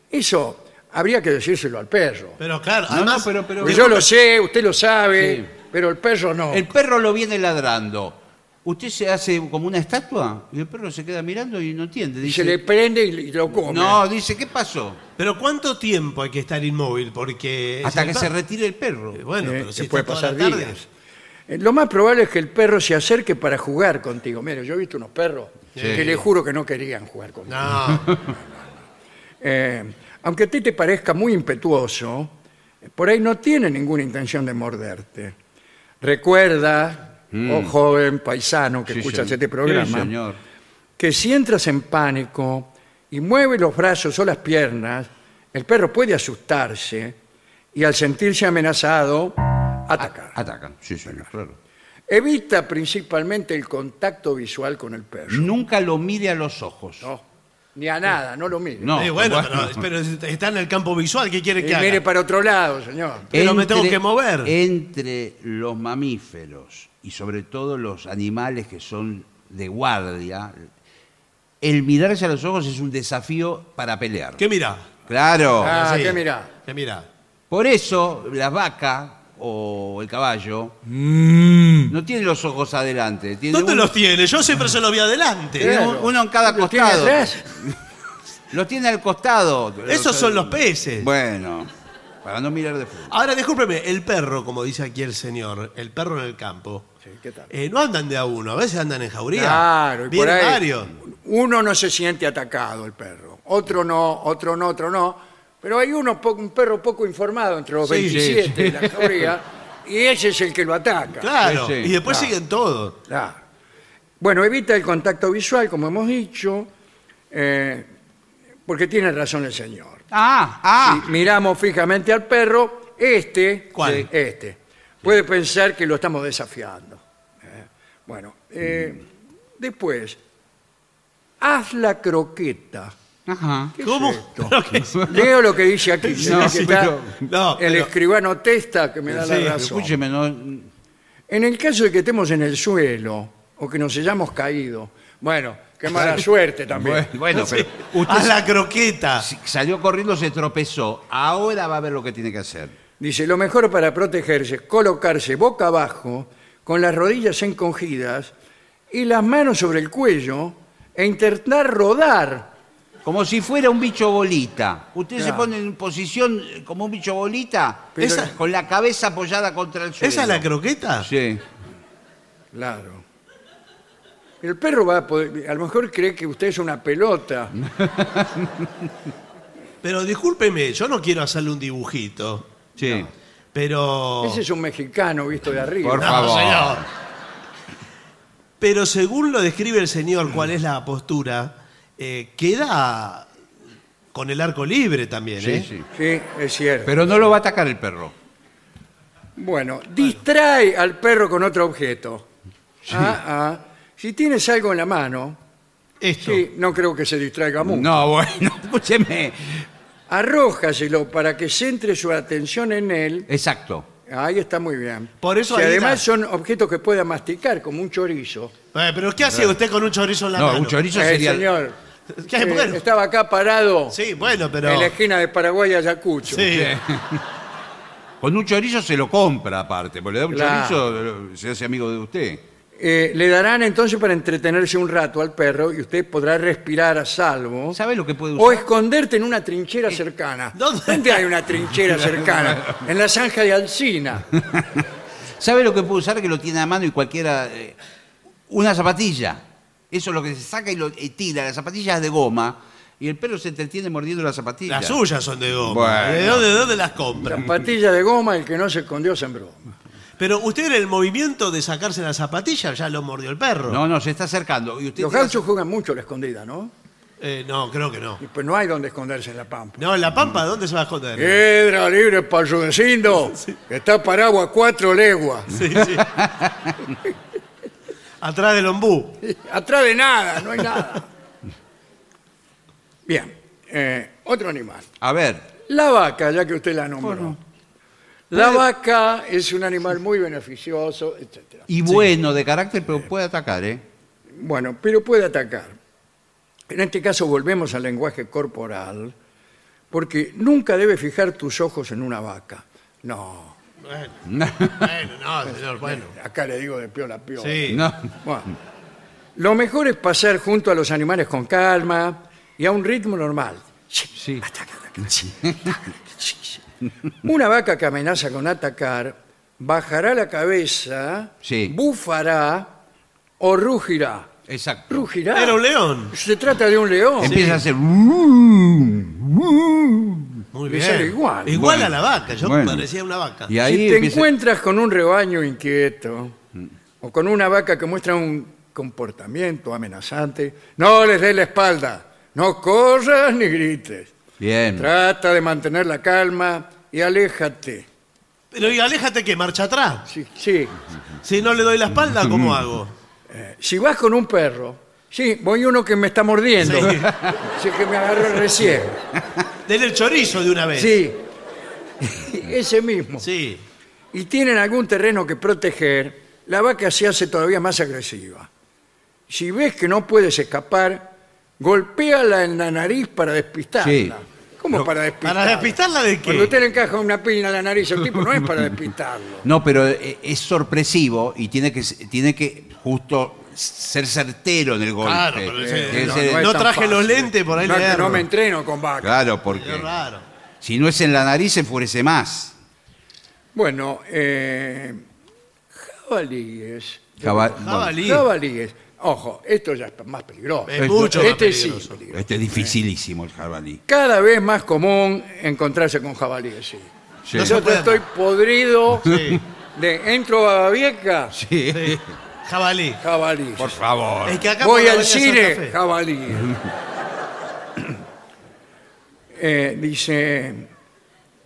S2: Eso habría que decírselo al perro.
S3: Pero claro,
S4: No,
S3: además,
S4: no, pero- pero-
S2: Porque yo lo sé, usted lo sabe,
S4: Sí.
S2: pero el perro no.
S4: El perro lo viene ladrando. Usted se hace como una estatua y el perro se queda mirando y no entiende.
S2: Y
S4: Dice,
S2: se le prende y y lo come.
S4: no, dice, ¿qué pasó?
S3: pero ¿cuánto tiempo hay que estar inmóvil? Porque...
S4: Hasta
S3: si
S4: que
S3: está-
S4: se retire el perro.
S3: Eh, Bueno,
S2: Eh,
S3: pero si
S2: que
S3: está
S2: puede
S3: toda
S2: pasar
S3: la tarde.
S2: días. Eh, Lo más probable es que el perro se acerque para jugar contigo. Mire, yo he visto unos perros
S4: Sí.
S2: que le juro que no querían jugar contigo.
S3: No,
S2: Eh, aunque a ti te parezca muy impetuoso, por ahí no tiene ninguna intención de morderte. Recuerda, oh joven paisano que
S4: Mm. Sí,
S2: escuchas
S4: señor.
S2: este programa,
S4: Sí, señor.
S2: que si entras en pánico y mueve los brazos o las piernas, el perro puede asustarse y al sentirse amenazado, atacar.
S4: Atacan. Sí, señor, claro.
S2: Evita principalmente el contacto visual con el perro.
S4: Nunca lo mire a los ojos.
S2: No, ni a nada, no lo mire.
S4: No,
S3: Eh, bueno,
S4: bueno.
S3: Pero, pero está en el campo visual, ¿qué quiere
S2: Y
S3: que haga?
S2: mire para otro lado, señor.
S3: Pero me tengo que mover.
S4: Entre los mamíferos y sobre todo los animales que son de guardia, el mirarse a los ojos es un desafío para pelear.
S3: ¿Qué mira?
S4: Claro.
S2: Ah,
S3: Sí.
S2: ¿qué mirá?
S3: ¿Qué mira?
S4: Por eso la vaca o el caballo
S2: Mm.
S4: no tiene los ojos adelante. Tiene
S3: ¿Dónde
S4: un-
S3: los tiene? Yo siempre se los vi adelante.
S4: Tiene un- uno en cada
S2: ¿Lo tiene
S4: costado.
S2: atrás?
S4: Los tiene al costado.
S3: Esos son los peces.
S4: Bueno, para no mirar de frente.
S3: Ahora, discúlpeme, el perro, como dice aquí el señor, el perro en el campo,
S2: Sí, ¿qué tal?
S3: eh, no andan de a uno, a veces andan en jauría.
S2: Claro, y por
S3: Vienen
S2: ahí
S3: varios.
S2: uno no se siente atacado, el perro. Otro no, otro no, otro no. Pero hay uno, po- un perro poco informado entre los
S4: Sí,
S2: 27
S4: sí, sí.
S2: de la jauría y ese es el que lo ataca.
S3: Claro,
S4: Sí, sí,
S3: y después
S2: claro.
S3: siguen todos.
S2: Claro. Bueno, evita el contacto visual, como hemos dicho, eh, porque tiene razón el señor.
S4: Ah, ah.
S2: Si miramos fijamente al perro, este,
S3: ¿Cuál?
S2: este, puede pensar que lo estamos desafiando. Eh, Bueno, eh, después, haz la croqueta.
S4: Ajá.
S2: ¿Qué es
S3: ¿Cómo?
S2: esto?
S3: ¿Pero qué es?
S2: Leo lo que dice aquí. señor, que está
S4: pero-
S3: no,
S2: el
S3: pero-
S2: escribano testa que me da
S3: Sí,
S2: la
S4: Pero
S2: razón.
S4: Escúcheme, no.
S2: En el caso de que estemos en el suelo o que nos hayamos caído, bueno, qué mala suerte también.
S4: Bueno,
S2: Eh,
S4: pero
S3: Haz la croqueta.
S4: si salió corriendo, se tropezó. Ahora va a ver lo que tiene que hacer.
S2: Dice, lo mejor para protegerse es colocarse boca abajo, con las rodillas encogidas y las manos sobre el cuello e intentar rodar
S4: Como si fuera un bicho bolita. Usted se
S2: Claro.
S4: pone en posición eh, como un bicho bolita,
S2: Pero-
S4: esa- con la cabeza apoyada contra el suelo.
S3: ¿Esa es la croqueta?
S4: Sí.
S2: Claro. El perro va a poder- a lo mejor cree que usted es una pelota.
S3: Pero discúlpeme, yo no quiero hacerle un dibujito.
S4: Sí.
S3: Pero.
S2: Ese es un mexicano visto de arriba.
S4: Por
S3: No,
S4: favor.
S3: señor. Pero según lo describe el señor, cuál es la postura, eh, queda con el arco libre también.
S4: Sí,
S3: ¿eh?
S4: sí.
S2: Sí, es cierto.
S4: Pero no lo va a atacar el perro.
S2: Bueno, distrae al perro con otro objeto. Ah, ah. Si tienes algo en la mano,
S3: Esto.
S2: sí, no creo que se distraiga mucho.
S4: No, bueno, escúcheme.
S2: Arrójaselo para que centre su atención en él.
S4: Exacto.
S2: Ahí está muy bien.
S3: Por eso
S2: Si
S3: ahí
S2: además
S3: la-
S2: son objetos que pueda masticar, como un chorizo.
S3: Eh, pero ¿qué hace usted con un chorizo en la
S4: No,
S3: mano?
S4: un chorizo
S2: Eh,
S4: sería.
S2: señor,
S3: ¿Qué,
S2: eh,
S3: bueno?
S2: estaba acá parado
S3: Sí, bueno, pero.
S2: en la esquina de Paraguay Ayacucho.
S3: Sí.
S4: Con un chorizo se lo compra aparte, porque le da un
S2: Claro.
S4: chorizo, eh, se hace amigo de usted.
S2: Eh, le darán entonces para entretenerse un rato al perro y usted podrá respirar a salvo.
S4: ¿Sabe lo que puede
S2: O
S4: usar?
S2: esconderte en una trinchera cercana.
S3: ¿Dónde?
S2: hay una trinchera cercana? En la zanja de Alcina.
S4: ¿Sabe lo que puede usar que lo tiene a mano y cualquiera? eh, una zapatilla. Eso es lo que se saca y lo y tira. Las zapatillas de goma. Y el perro se entretiene mordiendo las zapatillas.
S3: Las suyas son de goma.
S4: Bueno.
S3: ¿De dónde, de dónde las compra?
S2: Zapatilla de goma, el que no se escondió sembró.
S3: Pero usted en el movimiento de sacarse la zapatilla ya lo mordió el perro.
S4: No, no, se está acercando. Y usted
S2: Los
S4: tira-
S2: gauchos juegan mucho a la escondida, ¿no?
S3: Eh, no, creo que no.
S2: Y pues no hay donde esconderse en la pampa.
S3: No, en la pampa, ¿dónde se va a esconder?
S2: Piedra libre para su vecino, que está parado a cuatro leguas.
S3: Sí, sí. Atrás del ombú.
S2: Atrás de nada, no hay nada. Bien, eh, otro animal.
S4: A ver.
S2: La vaca, ya que usted la nombró. La vaca es un animal muy beneficioso, etcétera.
S4: Y bueno, de carácter, pero puede atacar, ¿eh?
S2: Bueno, pero puede atacar. En este caso volvemos al lenguaje corporal, porque nunca debe fijar tus ojos en una vaca. No,
S3: Bueno, bueno, no, señor, bueno.
S2: acá le digo de piola a piola.
S3: Sí.
S4: No.
S2: Bueno, lo mejor es pasar junto a los animales con calma y a un ritmo normal.
S4: Sí.
S2: Una vaca que amenaza con atacar bajará la cabeza,
S4: Sí.
S2: bufará o rugirá.
S4: Exacto.
S2: ¿Rugirá?
S3: Era un león.
S2: Se trata de un león.
S4: Empieza a hacer. Y
S3: Muy
S2: Le
S3: bien.
S2: sale igual.
S3: Igual
S4: Bueno.
S3: a la vaca. Yo
S4: Bueno.
S3: parecía una vaca.
S4: ahí
S2: si te
S4: empieza- Mm.
S2: encuentras con un rebaño inquieto o con una vaca que muestra un comportamiento amenazante, no les des la espalda, no corras ni grites.
S4: Bien.
S2: Mm. Trata de mantener la calma y aléjate.
S3: Pero y aléjate que marcha atrás.
S2: Sí, sí.
S3: Si no le doy la espalda, ¿cómo hago?
S2: Eh, Si vas con un perro, sí, voy uno que me está mordiendo,
S3: Sí.
S2: sí que me agarró recién.
S3: Dele el chorizo de una vez.
S2: Sí, ese mismo.
S3: Sí.
S2: y tienen algún terreno que proteger, la vaca se hace todavía más agresiva. Si ves que no puedes escapar, golpéala en la nariz para despistarla.
S4: Sí.
S2: ¿Cómo para despistarla?
S3: ¿Para despistarla de
S2: Cuando usted
S3: qué?
S2: le encaja una piña en la nariz al tipo, no es para despistarlo.
S4: No, pero eh, es sorpresivo y tiene que, tiene que justo ser certero en el golpe.
S3: Claro, pero ese-
S4: Tiene que
S3: no,
S4: ser-
S3: no
S2: Eh, es tan eh.
S3: traje los lentes, por ahí
S2: no,
S3: le
S2: es que
S3: erro.
S2: no me entreno con vaca.
S4: Claro,
S3: Qué
S4: porque
S3: raro.
S4: si no es en la nariz se enfurece más.
S2: Bueno, eh, jabalíes.
S4: Jaba-
S3: Jabalí.
S2: Jabalíes. Ojo, esto ya es más peligroso.
S3: Es mucho más
S2: este sí
S3: peligroso.
S2: peligroso.
S4: Bueno, este es dificilísimo el jabalí.
S2: cada vez más común encontrarse con jabalíes, sí.
S4: Sí.
S2: Yo
S3: puede
S2: estoy podrido
S3: Sí.
S2: de entro a Babieca,
S4: Sí.
S3: Sí. Jabalí.
S2: jabalíes.
S4: Por favor.
S3: Es que acá por
S2: Voy
S3: la
S2: al
S3: avenida Santa
S2: cine,
S3: Fe.
S2: jabalíes. Eh, dice,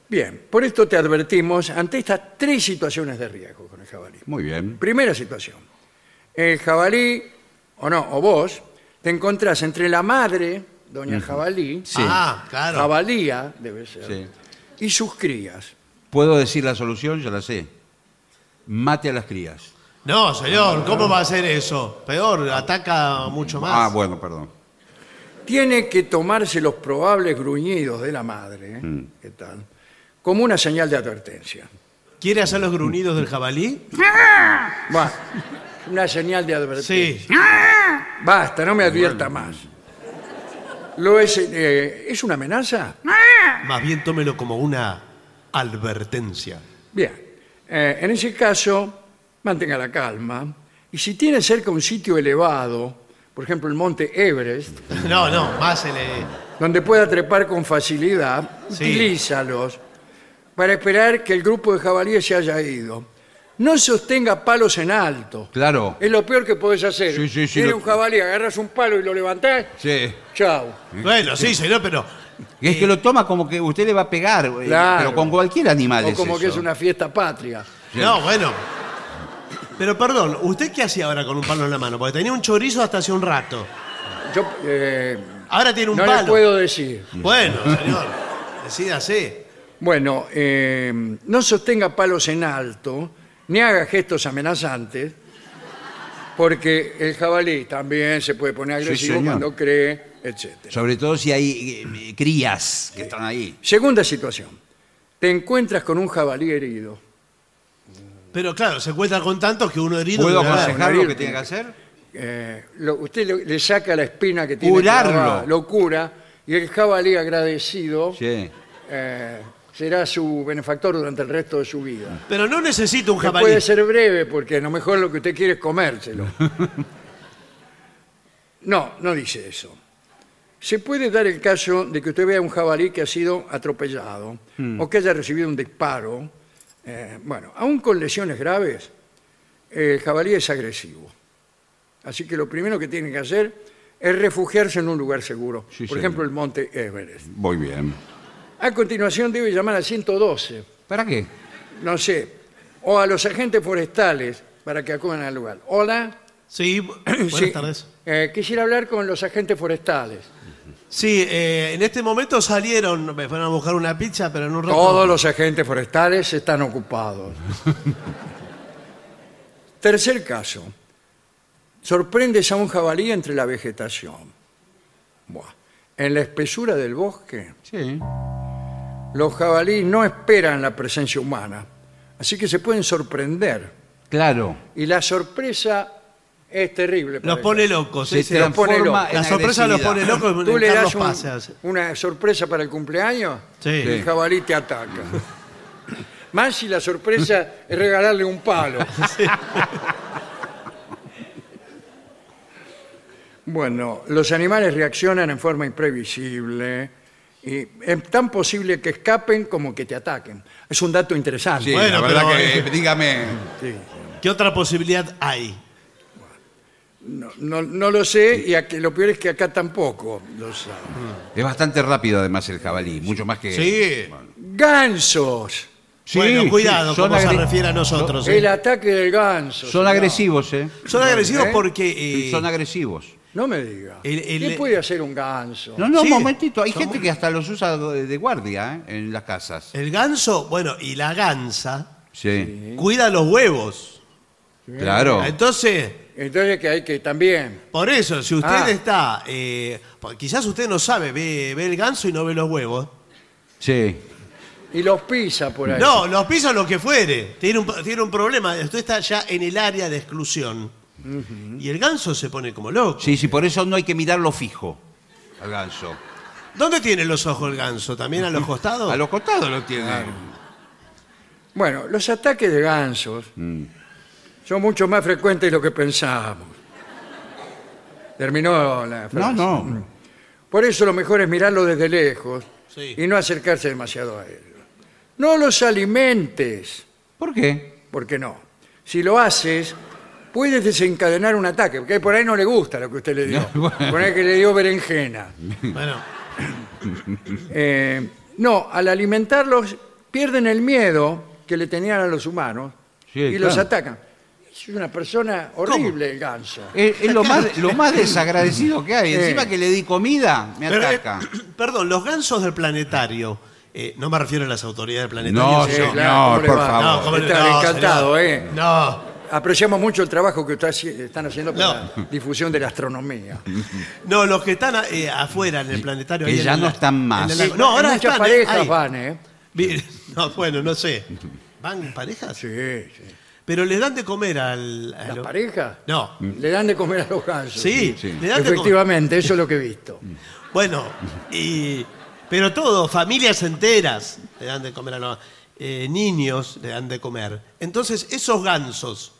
S2: bien, por esto te advertimos ante estas tres situaciones de riesgo con el jabalí.
S4: Muy bien.
S2: Primera situación, el jabalí, o no, o vos, te encontrás entre la madre, doña jabalí,
S4: Sí.
S3: Ah, claro.
S2: jabalía, debe ser,
S4: Sí.
S2: y sus crías.
S4: ¿Puedo decir la solución? Ya la sé. Mate a las crías.
S3: No, señor, ¿cómo va a ser eso? Peor, ataca mucho más.
S4: Ah, bueno, perdón.
S2: tiene que tomarse los probables gruñidos de la madre, ¿eh?
S4: Mm.
S2: ¿qué tal? Como una señal de advertencia.
S3: ¿Quiere hacer los gruñidos del jabalí?
S2: Va, una señal de advertencia.
S3: Sí.
S2: Basta, no me advierta más. lo es, eh, ¿es una amenaza?
S3: Más bien tómelo como una advertencia.
S2: Bien, eh, en ese caso, mantenga la calma. Y si tiene cerca un sitio elevado, por ejemplo el monte Everest,
S3: No, no, más el, eh,
S2: donde pueda trepar con facilidad,
S3: Sí.
S2: utilízalos para esperar que el grupo de jabalíes se haya ido. No sostenga palos en alto.
S4: Claro.
S2: Es lo peor que podés hacer.
S4: Sí, sí, sí,
S2: Viene
S4: lo-
S2: un jabalí, agarras un palo y lo levantás.
S4: Sí.
S2: Chao.
S3: Bueno, sí, señor, pero.
S4: Y es que lo toma como que usted le va a pegar, eh,
S2: Claro.
S4: pero con cualquier animal
S2: O
S4: es
S2: como que es
S4: eso.
S2: una fiesta patria.
S3: No, bueno. Pero perdón, ¿usted qué hacía ahora con un palo en la mano? Porque tenía un chorizo hasta hace un rato.
S2: Yo eh,
S3: Ahora tiene un
S2: no
S3: palo.
S2: le puedo decir.
S3: Bueno, señor, decídase.
S2: Bueno, eh, no sostenga palos en alto, ni haga gestos amenazantes, porque el jabalí también se puede poner agresivo
S4: señor.
S2: cuando cree, etc.
S4: Sobre todo si hay eh, crías que están ahí.
S2: Segunda situación, te encuentras con un jabalí herido.
S3: Pero claro, se encuentra con tantos que uno herido.
S4: ¿Puedo
S3: no le da.
S4: aconsejar lo
S2: Gabriel,
S4: que tiene que hacer?
S2: Eh, lo- usted le, le saca la espina que tiene.
S4: Curarlo.
S2: clavada, Lo cura, y el jabalí agradecido
S4: Sí.
S2: eh, será su benefactor durante el resto de su vida.
S3: Pero no necesita un
S2: Que
S3: jabalí.
S2: puede ser breve, porque a lo mejor lo que usted quiere es comérselo. No, no dice eso. Se puede dar el caso de que usted vea un jabalí que ha sido atropellado
S4: Hmm.
S2: o que haya recibido un disparo. Eh, bueno, aún con lesiones graves, el jabalí es agresivo. Así que lo primero que tiene que hacer es refugiarse en un lugar seguro.
S4: Sí,
S2: Por
S4: señor.
S2: ejemplo, el monte Everest.
S4: Muy bien.
S2: A continuación debe llamar al 112
S4: ¿Para qué?
S2: no sé, o a los agentes forestales para que acudan al lugar. Hola.
S3: Sí, bu- buenas
S2: Sí.
S3: tardes.
S2: Eh, quisiera hablar con los agentes forestales.
S3: Sí, eh, en este momento salieron, me fueron a buscar una pizza, pero en un rato.
S2: Todos los agentes forestales están ocupados. Tercer caso. Sorprendes a un jabalí entre la vegetación. Buah. En la espesura del bosque,
S4: Sí.
S2: los jabalíes no esperan la presencia humana, así que se pueden sorprender.
S4: Claro.
S2: Y la sorpresa es terrible. para
S3: Los
S2: el
S3: pone locos. sí, sí.
S4: Se
S2: lo pone
S4: transforma
S2: loco.
S4: en
S3: La sorpresa los pone
S4: agresividad.
S3: locos.
S2: Tú
S3: en
S2: le das
S3: Carlos
S2: un-
S3: Paz se hace.
S2: una sorpresa para el cumpleaños,
S3: Sí.
S2: el jabalí te ataca. Más si la sorpresa es regalarle un palo. Bueno, los animales reaccionan en forma imprevisible y es tan posible que escapen como que te ataquen. Es un dato interesante.
S4: Sí,
S3: Bueno,
S4: la verdad
S3: pero-
S4: que eh, dígame.
S2: Sí.
S3: ¿Qué otra posibilidad hay?
S2: No, no- no lo sé y aquí- lo peor es que acá tampoco lo sabe.
S4: Es bastante rápido además el jabalí, mucho más que.
S3: Sí.
S2: Gansos.
S4: Sí,
S3: bueno, cuidado,
S4: sí, son
S3: cómo se
S4: agre-
S3: refiere a nosotros. ¿eh?
S2: El ataque del ganso.
S4: Son
S2: señor.
S4: agresivos, ¿eh?
S3: Son agresivos
S2: ¿Eh?
S3: porque. eh,
S4: Son agresivos.
S2: No me diga.
S3: El- el-
S2: ¿Quién puede hacer un ganso?
S4: No, no,
S3: Sí.
S4: un momentito. Hay
S3: Son
S4: gente
S3: muy-
S4: que hasta los usa de de guardia ¿eh? en las casas.
S3: el ganso, bueno, y la gansa
S4: Sí,
S3: cuida los huevos.
S4: claro.
S3: Entonces,
S2: Entonces que hay que también.
S3: por eso, si usted
S2: Ah.
S3: está. eh, porque quizás usted no sabe, ve, ve el ganso y no ve los huevos.
S4: Sí.
S2: Y los pisa por ahí.
S3: No, los pisos lo que fuere. Tiene un, tiene un problema. Usted está ya en el área de exclusión. Y el ganso se pone como loco.
S4: Sí, sí, por eso no hay que mirarlo fijo al ganso.
S3: ¿Dónde tiene los ojos el ganso? ¿También a los costados?
S4: A los costados lo tiene.
S2: Bueno, los ataques de gansos
S4: Mm.
S2: son mucho más frecuentes de lo que pensábamos. Terminó la
S4: No,
S2: frase.
S4: no.
S2: Por eso lo mejor es mirarlo desde lejos
S3: Sí.
S2: y no acercarse demasiado a ellos. No los alimentes,
S4: ¿Por qué?
S2: porque no. Si lo haces, puedes desencadenar un ataque, porque por ahí no le gusta lo que usted le dio.
S4: No, bueno.
S2: Por ahí que le dio berenjena.
S3: Bueno,
S2: Eh, no, al alimentarlos pierden el miedo que le tenían a los humanos
S4: Sí,
S2: y los
S4: claro.
S2: atacan. Es una persona horrible el ganso.
S4: Eh, Es, es lo, más, lo más desagradecido que hay.
S2: Sí.
S4: Encima que le di comida, me
S3: pero, eh,
S4: ataca.
S3: perdón, los gansos del planetario. eh, no me refiero a las autoridades del planetario.
S4: No, Este
S3: sí.
S4: señor,
S2: claro, ¿cómo le
S4: por
S2: va?
S4: favor.
S3: No, cómo le-
S2: Están
S3: no,
S2: encantados,
S3: señor.
S2: ¿eh?
S3: No.
S2: Apreciamos mucho el trabajo que está haci- están haciendo para
S3: No.
S2: la difusión de la astronomía.
S3: No, los que están eh, afuera en el planetario.
S4: Que
S3: ahí en
S4: ya
S3: el-
S4: no están
S3: en el-
S4: más. Sí,
S3: no, ahora
S2: Muchas
S3: están, eh,
S2: parejas
S3: ahí.
S2: van, ¿eh?
S3: Bien, No, bueno, no sé. ¿Van parejas?
S2: Sí, sí.
S3: Pero le dan de comer al. a
S2: Las
S3: lo-
S2: parejas Mm,
S3: No.
S2: le dan de comer a los gansos.
S3: Sí,
S4: Sí.
S3: le dan de comer.
S2: Efectivamente, eso es lo que he visto.
S3: Bueno, y- pero todo, familias enteras le dan de comer a los eh, niños le dan de comer. Entonces, esos gansos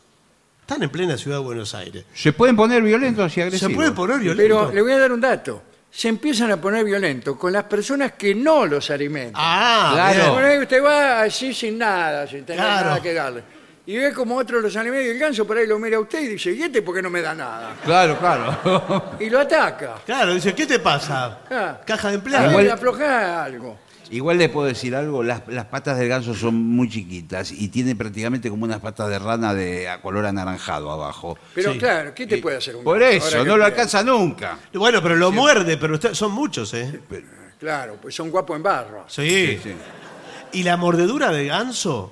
S3: están en plena ciudad de Buenos Aires.
S4: Se pueden poner violentos y agresivos.
S3: Se puede poner violento.
S2: Pero le voy a dar un dato. Se empiezan a poner violentos con las personas que no los alimentan.
S3: Ah,
S4: Claro.
S2: Por
S3: bien.
S2: ahí usted va así sin nada, sin tener
S3: Claro.
S2: nada que darle. Y ve como otro los alimenta y el ganso por ahí lo mira a usted y dice, ¿y este por qué no me da nada?
S4: Claro, claro.
S2: Y lo ataca.
S3: Claro, dice, ¿qué te pasa?
S2: Ah.
S3: Caja de
S2: Le
S3: empleados.
S4: Igual-
S2: afloja algo.
S4: Igual le puedo decir algo, las, las patas del ganso son muy chiquitas y tiene prácticamente como unas patas de rana de a color anaranjado abajo.
S2: Pero
S3: Sí.
S2: claro, ¿qué te puede hacer un
S4: Por
S2: ganso?
S4: eso,
S2: Ahora que
S4: no
S2: pienso.
S4: lo alcanza nunca.
S3: Bueno, pero lo muerde, pero usted- son muchos, ¿eh?
S2: Claro, pues son guapos en barro.
S3: Sí.
S4: Sí.
S3: Y la mordedura de ganso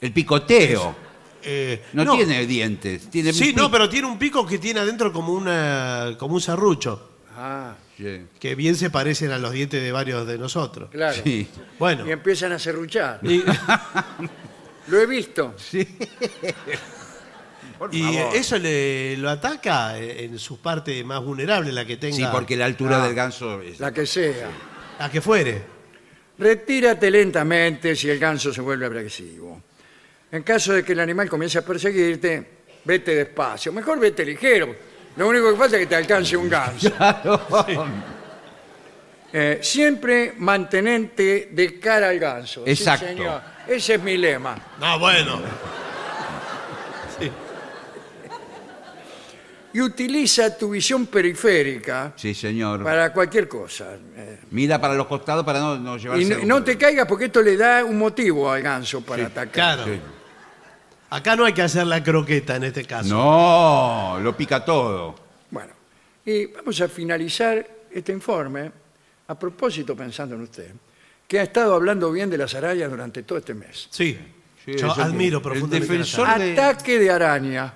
S4: El picoteo.
S3: eh,
S4: No, tiene dientes. Tiene
S3: Sí,
S4: pico.
S3: no, pero tiene un pico que tiene adentro como, una, como un serrucho,
S2: Ah,
S4: Sí.
S3: que bien se parecen a los dientes de varios de nosotros.
S2: claro.
S4: Sí.
S3: Bueno,
S2: Y empiezan a serruchar.
S3: y,
S2: Lo he visto.
S3: y eso le, lo ataca en su parte más vulnerable, la que tenga.
S4: Sí, porque la altura
S2: Ah.
S4: del ganso es...
S2: La que sea.
S3: La que fuere.
S2: Retírate lentamente si el ganso se vuelve agresivo. En caso de que el animal comience a perseguirte, vete despacio. Mejor vete ligero. Lo único que falta es que te alcance un ganso. Eh, siempre mantenente de cara al ganso. Sí,
S4: Exacto.
S2: señor. Ese es mi lema.
S3: No, bueno.
S2: Y utiliza tu visión periférica
S4: Sí, señor.
S2: para cualquier cosa. Eh,
S4: Mira para los costados para no, no llevarse...
S2: Y no,
S4: algún-
S2: no te caigas porque esto le da un motivo al ganso para atacar.
S3: Claro.
S4: Sí.
S3: Acá no hay que hacer la croqueta en este caso.
S4: No, lo pica todo.
S2: Bueno, y vamos a finalizar este informe a propósito pensando en usted, que ha estado hablando bien de las arañas durante todo este mes.
S3: Sí.
S4: Sí,
S3: Yo
S4: eso-
S3: admiro
S4: el
S3: profundamente. a las
S4: defensor-
S3: arañas.
S4: de-
S2: Ataque de araña.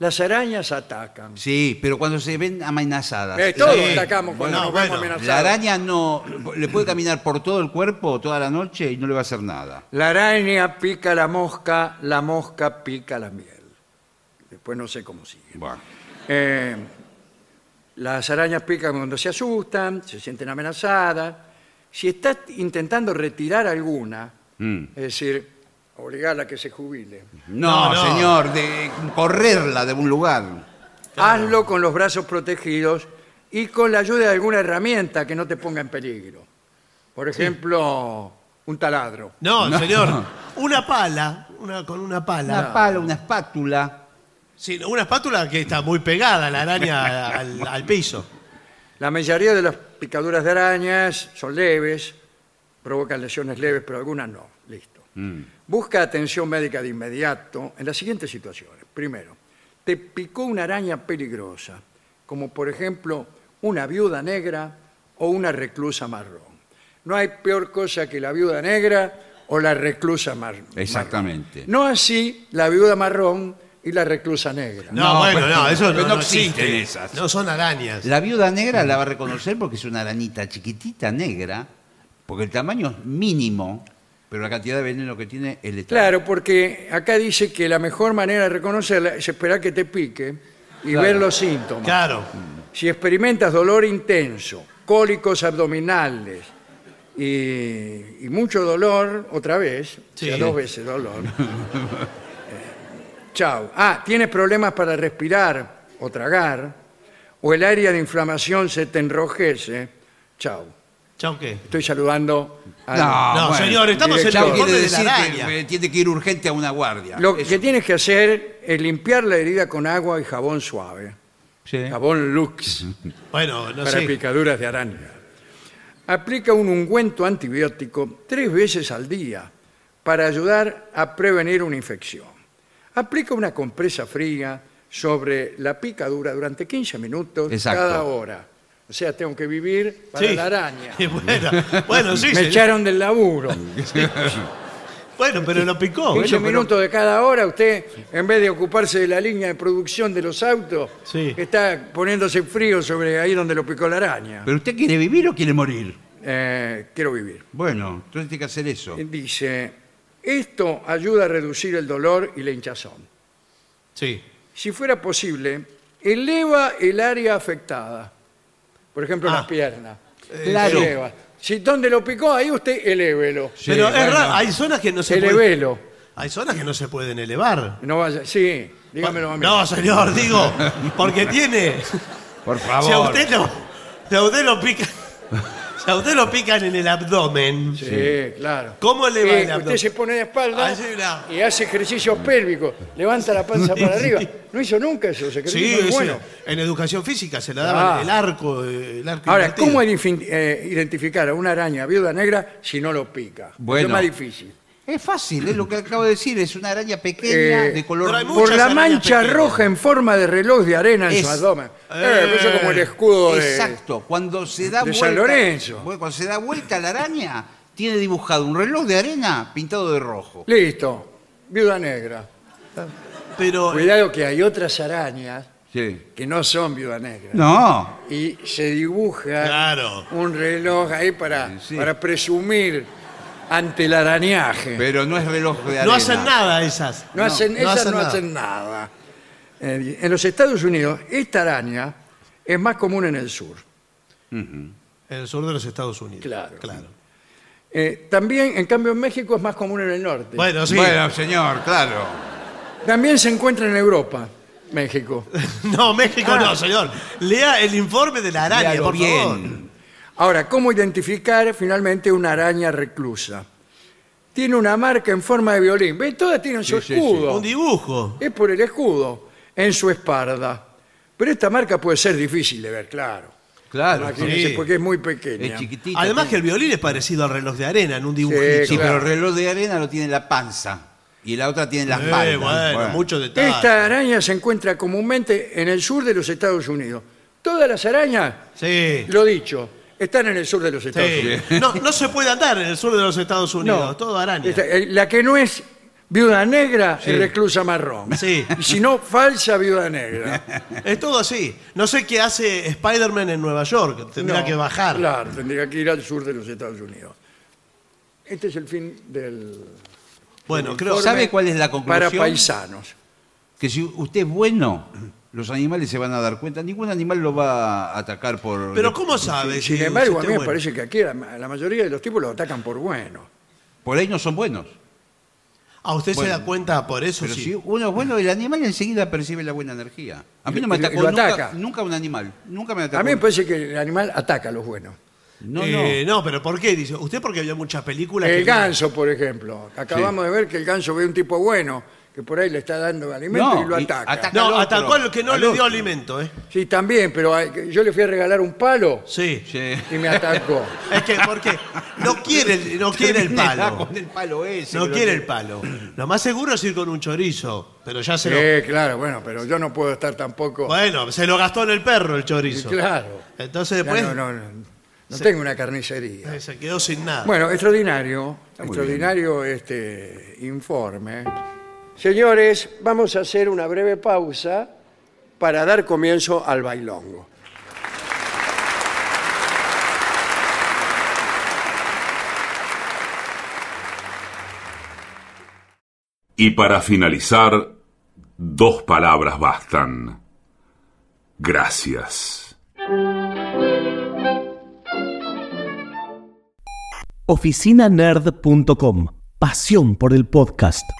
S2: Las arañas atacan.
S4: Sí, pero cuando se ven amenazadas.
S2: Eh, todos
S3: Sí.
S2: atacamos cuando nos
S3: Bueno,
S2: vemos
S3: bueno,
S2: amenazados.
S4: La araña no le puede caminar por todo el cuerpo toda la noche y no le va a hacer nada.
S2: La araña pica la mosca, la mosca pica la miel. Después no sé cómo sigue.
S4: Bueno,
S2: Eh, las arañas pican cuando se asustan, se sienten amenazadas. Si estás intentando retirar alguna,
S4: Mm.
S2: es decir, obligarla a que se jubile,
S4: No,
S3: No, no.
S4: señor, de correrla de un lugar.
S2: hazlo con los brazos protegidos y con la ayuda de alguna herramienta que no te ponga en peligro. Por ejemplo, un taladro.
S3: No, señor. Una pala, una, con una pala.
S4: Una pala, una espátula.
S3: Sí, una espátula que está muy pegada la araña al, al piso.
S2: La mayoría de las picaduras de arañas son leves, provocan lesiones leves, pero algunas no. Listo.
S4: Mm.
S2: Busca atención médica de inmediato en las siguientes situaciones. Primero, te picó una araña peligrosa, como por ejemplo una viuda negra o una reclusa marrón. No hay peor cosa que la viuda negra o la reclusa mar- marrón.
S4: Exactamente.
S2: No así la viuda marrón y la reclusa negra.
S3: No,
S4: No,
S3: bueno,
S4: pero-
S3: no, eso
S4: pero
S3: no,
S4: no
S3: no existe.
S4: existen esas.
S3: No son arañas.
S4: La viuda negra la va a reconocer porque es una arañita chiquitita negra, porque el tamaño es mínimo, pero la cantidad de veneno que tiene es letal.
S2: Claro, porque acá dice que la mejor manera de reconocerla es esperar que te pique y ver los síntomas.
S3: Claro.
S2: Si experimentas dolor intenso, cólicos abdominales y, y mucho dolor, otra vez,
S3: Sí.
S2: o sea, dos veces dolor. Eh, Chao. Ah, tienes problemas para respirar o tragar, o el área de inflamación se te enrojece. Chao.
S3: Chao, ¿qué?
S2: Estoy saludando a...
S4: No,
S3: No,
S4: bueno.
S3: señor, estamos en
S2: Director.
S3: el
S4: Ya quiere
S3: informe de la
S4: decir
S3: araña.
S4: que eh, tiene que ir urgente a una guardia. Eh,
S2: Lo
S4: Eso.
S2: que tienes que hacer es limpiar la herida con agua y jabón suave.
S4: Sí.
S3: ¿Eh?
S2: Jabón Lux
S3: Bueno, no
S2: para
S3: sé.
S2: picaduras de araña. Aplica un ungüento antibiótico tres veces al día para ayudar a prevenir una infección. Aplica una compresa fría sobre la picadura durante 15 minutos
S4: Exacto.
S2: cada hora. O sea, tengo que vivir para
S3: Sí.
S2: la araña.
S3: Sí, bueno, bueno, sí,
S2: Me
S3: sí.
S2: echaron del laburo.
S3: Bueno, pero lo
S2: 15
S3: picó. Bueno, pero-
S2: minutos de cada hora, usted, en vez de ocuparse de la línea de producción de los autos,
S3: Sí.
S2: está poniéndose frío sobre ahí donde lo picó la araña.
S4: ¿Pero usted quiere vivir o quiere morir?
S2: Eh, quiero vivir.
S4: Bueno, entonces tiene que hacer eso.
S3: Eh,
S2: Dice, esto ayuda a reducir el dolor y la hinchazón.
S3: Sí.
S2: Si fuera posible, eleva el área afectada. Por por ejemplo,
S3: Ah. Eh,
S2: las piernas.
S4: Claro.
S2: Eleva. Si donde lo picó, ahí usted elévelo.
S1: Sí,
S3: Pero es
S1: bueno.
S3: raro, hay zonas que no se pueden.
S2: Elevelo.
S3: Hay zonas que no se pueden elevar.
S2: No vaya. Sí, dígamelo a mí.
S3: No, señor, digo, porque tiene.
S4: Por favor.
S3: Si a usted lo, si a usted lo pica- si a usted lo pican en el abdomen,
S2: Sí, claro.
S3: ¿Cómo le va
S2: Eh,
S3: el abdomen?
S2: Usted se pone de espalda
S3: Ah, sí, mirá.
S2: y hace ejercicios pélvicos. Levanta la panza
S3: Sí,
S2: para
S3: sí.
S2: arriba. No hizo nunca esos
S3: Sí,
S2: ejercicios. muy
S3: sí,
S2: buenos.
S3: en educación física se la daban
S2: Ah.
S3: el arco, eh, el arco
S2: Ahora,
S3: invertido.
S2: ¿cómo identifi- eh, identificar a una araña viuda negra si no lo pica?
S4: Bueno.
S2: Es más difícil.
S4: Es fácil, es lo que acabo de decir. Es una araña pequeña
S2: Eh,
S4: de color.
S3: pero hay muchas
S2: Por la
S3: arañas
S2: mancha
S3: pequeñas.
S2: roja en forma de reloj de arena en
S4: Es-
S2: su abdomen. Eh,
S3: Eh,
S2: pero eso es como el escudo de...
S4: Exacto. Cuando se da
S2: de
S4: vuelta.
S2: San Lorenzo.
S4: Bueno, Cuando se da vuelta la araña, tiene dibujado un reloj de arena pintado de rojo.
S2: Listo, viuda negra.
S3: Pero
S2: Cuidado que hay otras arañas
S4: Sí.
S2: que no son viuda negra.
S4: No.
S2: Y se dibuja
S3: Claro.
S2: un reloj ahí para,
S4: Sí, sí.
S2: para presumir ante el arañaje.
S4: Pero no es reloj de arena.
S3: no hacen nada esas.
S2: No hacen,
S3: no
S2: esas
S3: hacen
S2: no
S3: nada.
S2: hacen nada. Eh, en los Estados Unidos, esta araña es más común en el sur.
S3: En el sur de los Estados Unidos.
S2: Claro. Eh, también, en cambio, en México es más común en el norte.
S3: Bueno, sí.
S4: Bueno, señor, claro.
S2: También se encuentra en Europa, México.
S3: No, México
S2: Ah.
S3: no, señor. Lea el informe de la araña,
S4: Léalo
S3: por favor.
S4: bien.
S2: Ahora, ¿cómo identificar finalmente una araña reclusa? Tiene una marca en forma de violín. ¿Ve? Todas tienen su
S4: Sí, sí, sí.
S2: escudo.
S3: Un dibujo.
S2: Es por el escudo, en su espalda. Pero esta marca puede ser difícil de ver, claro.
S4: Claro.
S2: Imagínense,
S3: sí.
S2: porque es muy pequeña.
S4: Es chiquitito.
S3: Además que el violín es parecido al reloj de arena en un dibujito.
S4: Sí,
S2: Claro.
S4: pero el reloj de arena lo tiene la panza. Y la otra tiene las
S3: Eh,
S4: manos.
S3: bueno, mucho detalle.
S2: Esta araña se encuentra comúnmente en el sur de los Estados Unidos. Todas las arañas,
S3: Sí.
S2: lo dicho, están en el sur de los Estados Unidos.
S3: sí. No, no se puede andar en el sur de los Estados Unidos,
S2: No.
S3: todo araña.
S2: Esta- eh, la que no es viuda negra es reclusa marrón.
S3: Sí.
S2: Y si no, falsa viuda negra.
S3: Es todo así. No sé qué hace Spider-Man en Nueva York. Tendrá
S2: No,
S3: que bajar.
S2: Claro, tendría que ir al sur de los Estados Unidos. Este es el fin del
S3: Bueno, creo
S4: ¿Sabe cuál es la conclusión?
S2: para paisanos.
S4: Que si usted es bueno, los animales se van a dar cuenta. Ningún animal lo va a atacar por.
S3: Pero ¿cómo sabe?
S2: Sin
S3: si este
S2: embargo, a
S3: usted
S2: mí me
S3: es bueno?
S2: parece que aquí la, la mayoría de los tipos los atacan por bueno.
S4: Por ahí no son buenos.
S3: A usted
S4: Bueno.
S3: se da cuenta por eso,
S4: Pero
S3: sí.
S4: si uno es bueno, el animal enseguida percibe la buena energía. A mí no me
S2: Y lo- y
S4: atacó
S2: lo
S4: nunca,
S2: ataca.
S4: nunca un animal. Nunca me atacó.
S2: A mí me parece que el animal ataca a los buenos.
S4: No,
S3: Eh,
S4: no.
S3: no, pero ¿por qué? Dice, usted porque vio muchas películas. que-
S2: El ganso, por ejemplo. Acabamos de ver que el ganso ve un tipo bueno que por ahí le está dando alimento
S4: No,
S2: y lo
S4: y
S2: ataca.
S4: ataca-
S3: No,
S4: Al otro,
S3: atacó al que no
S4: al
S3: le dio
S4: otro.
S3: alimento, ¿eh?
S2: Sí, también, pero hay- yo le fui a regalar un palo
S3: Sí.
S4: Sí.
S2: y me atacó.
S3: Es que, ¿por qué? No quiere, el- no quiere el
S4: Termina
S3: palo.
S4: Con el palo ese.
S3: No
S4: que
S3: quiere
S4: lo-
S3: el palo. Lo más seguro es ir con un chorizo, pero ya se
S2: Sí,
S4: Eh,
S3: lo...
S2: claro, bueno, pero yo no puedo estar tampoco.
S3: Bueno, se lo gastó en el perro el chorizo.
S2: Claro.
S3: Entonces
S2: Ya
S3: después
S2: no, no, no, no tengo una carnicería.
S3: eh, se quedó sin nada.
S2: Bueno, extraordinario,
S4: muy
S2: extraordinario este informe. Señores, vamos a hacer una breve pausa para dar comienzo al bailongo.
S5: Y para finalizar, dos palabras bastan. Gracias.
S6: oficinanerd.com. Pasión por el podcast.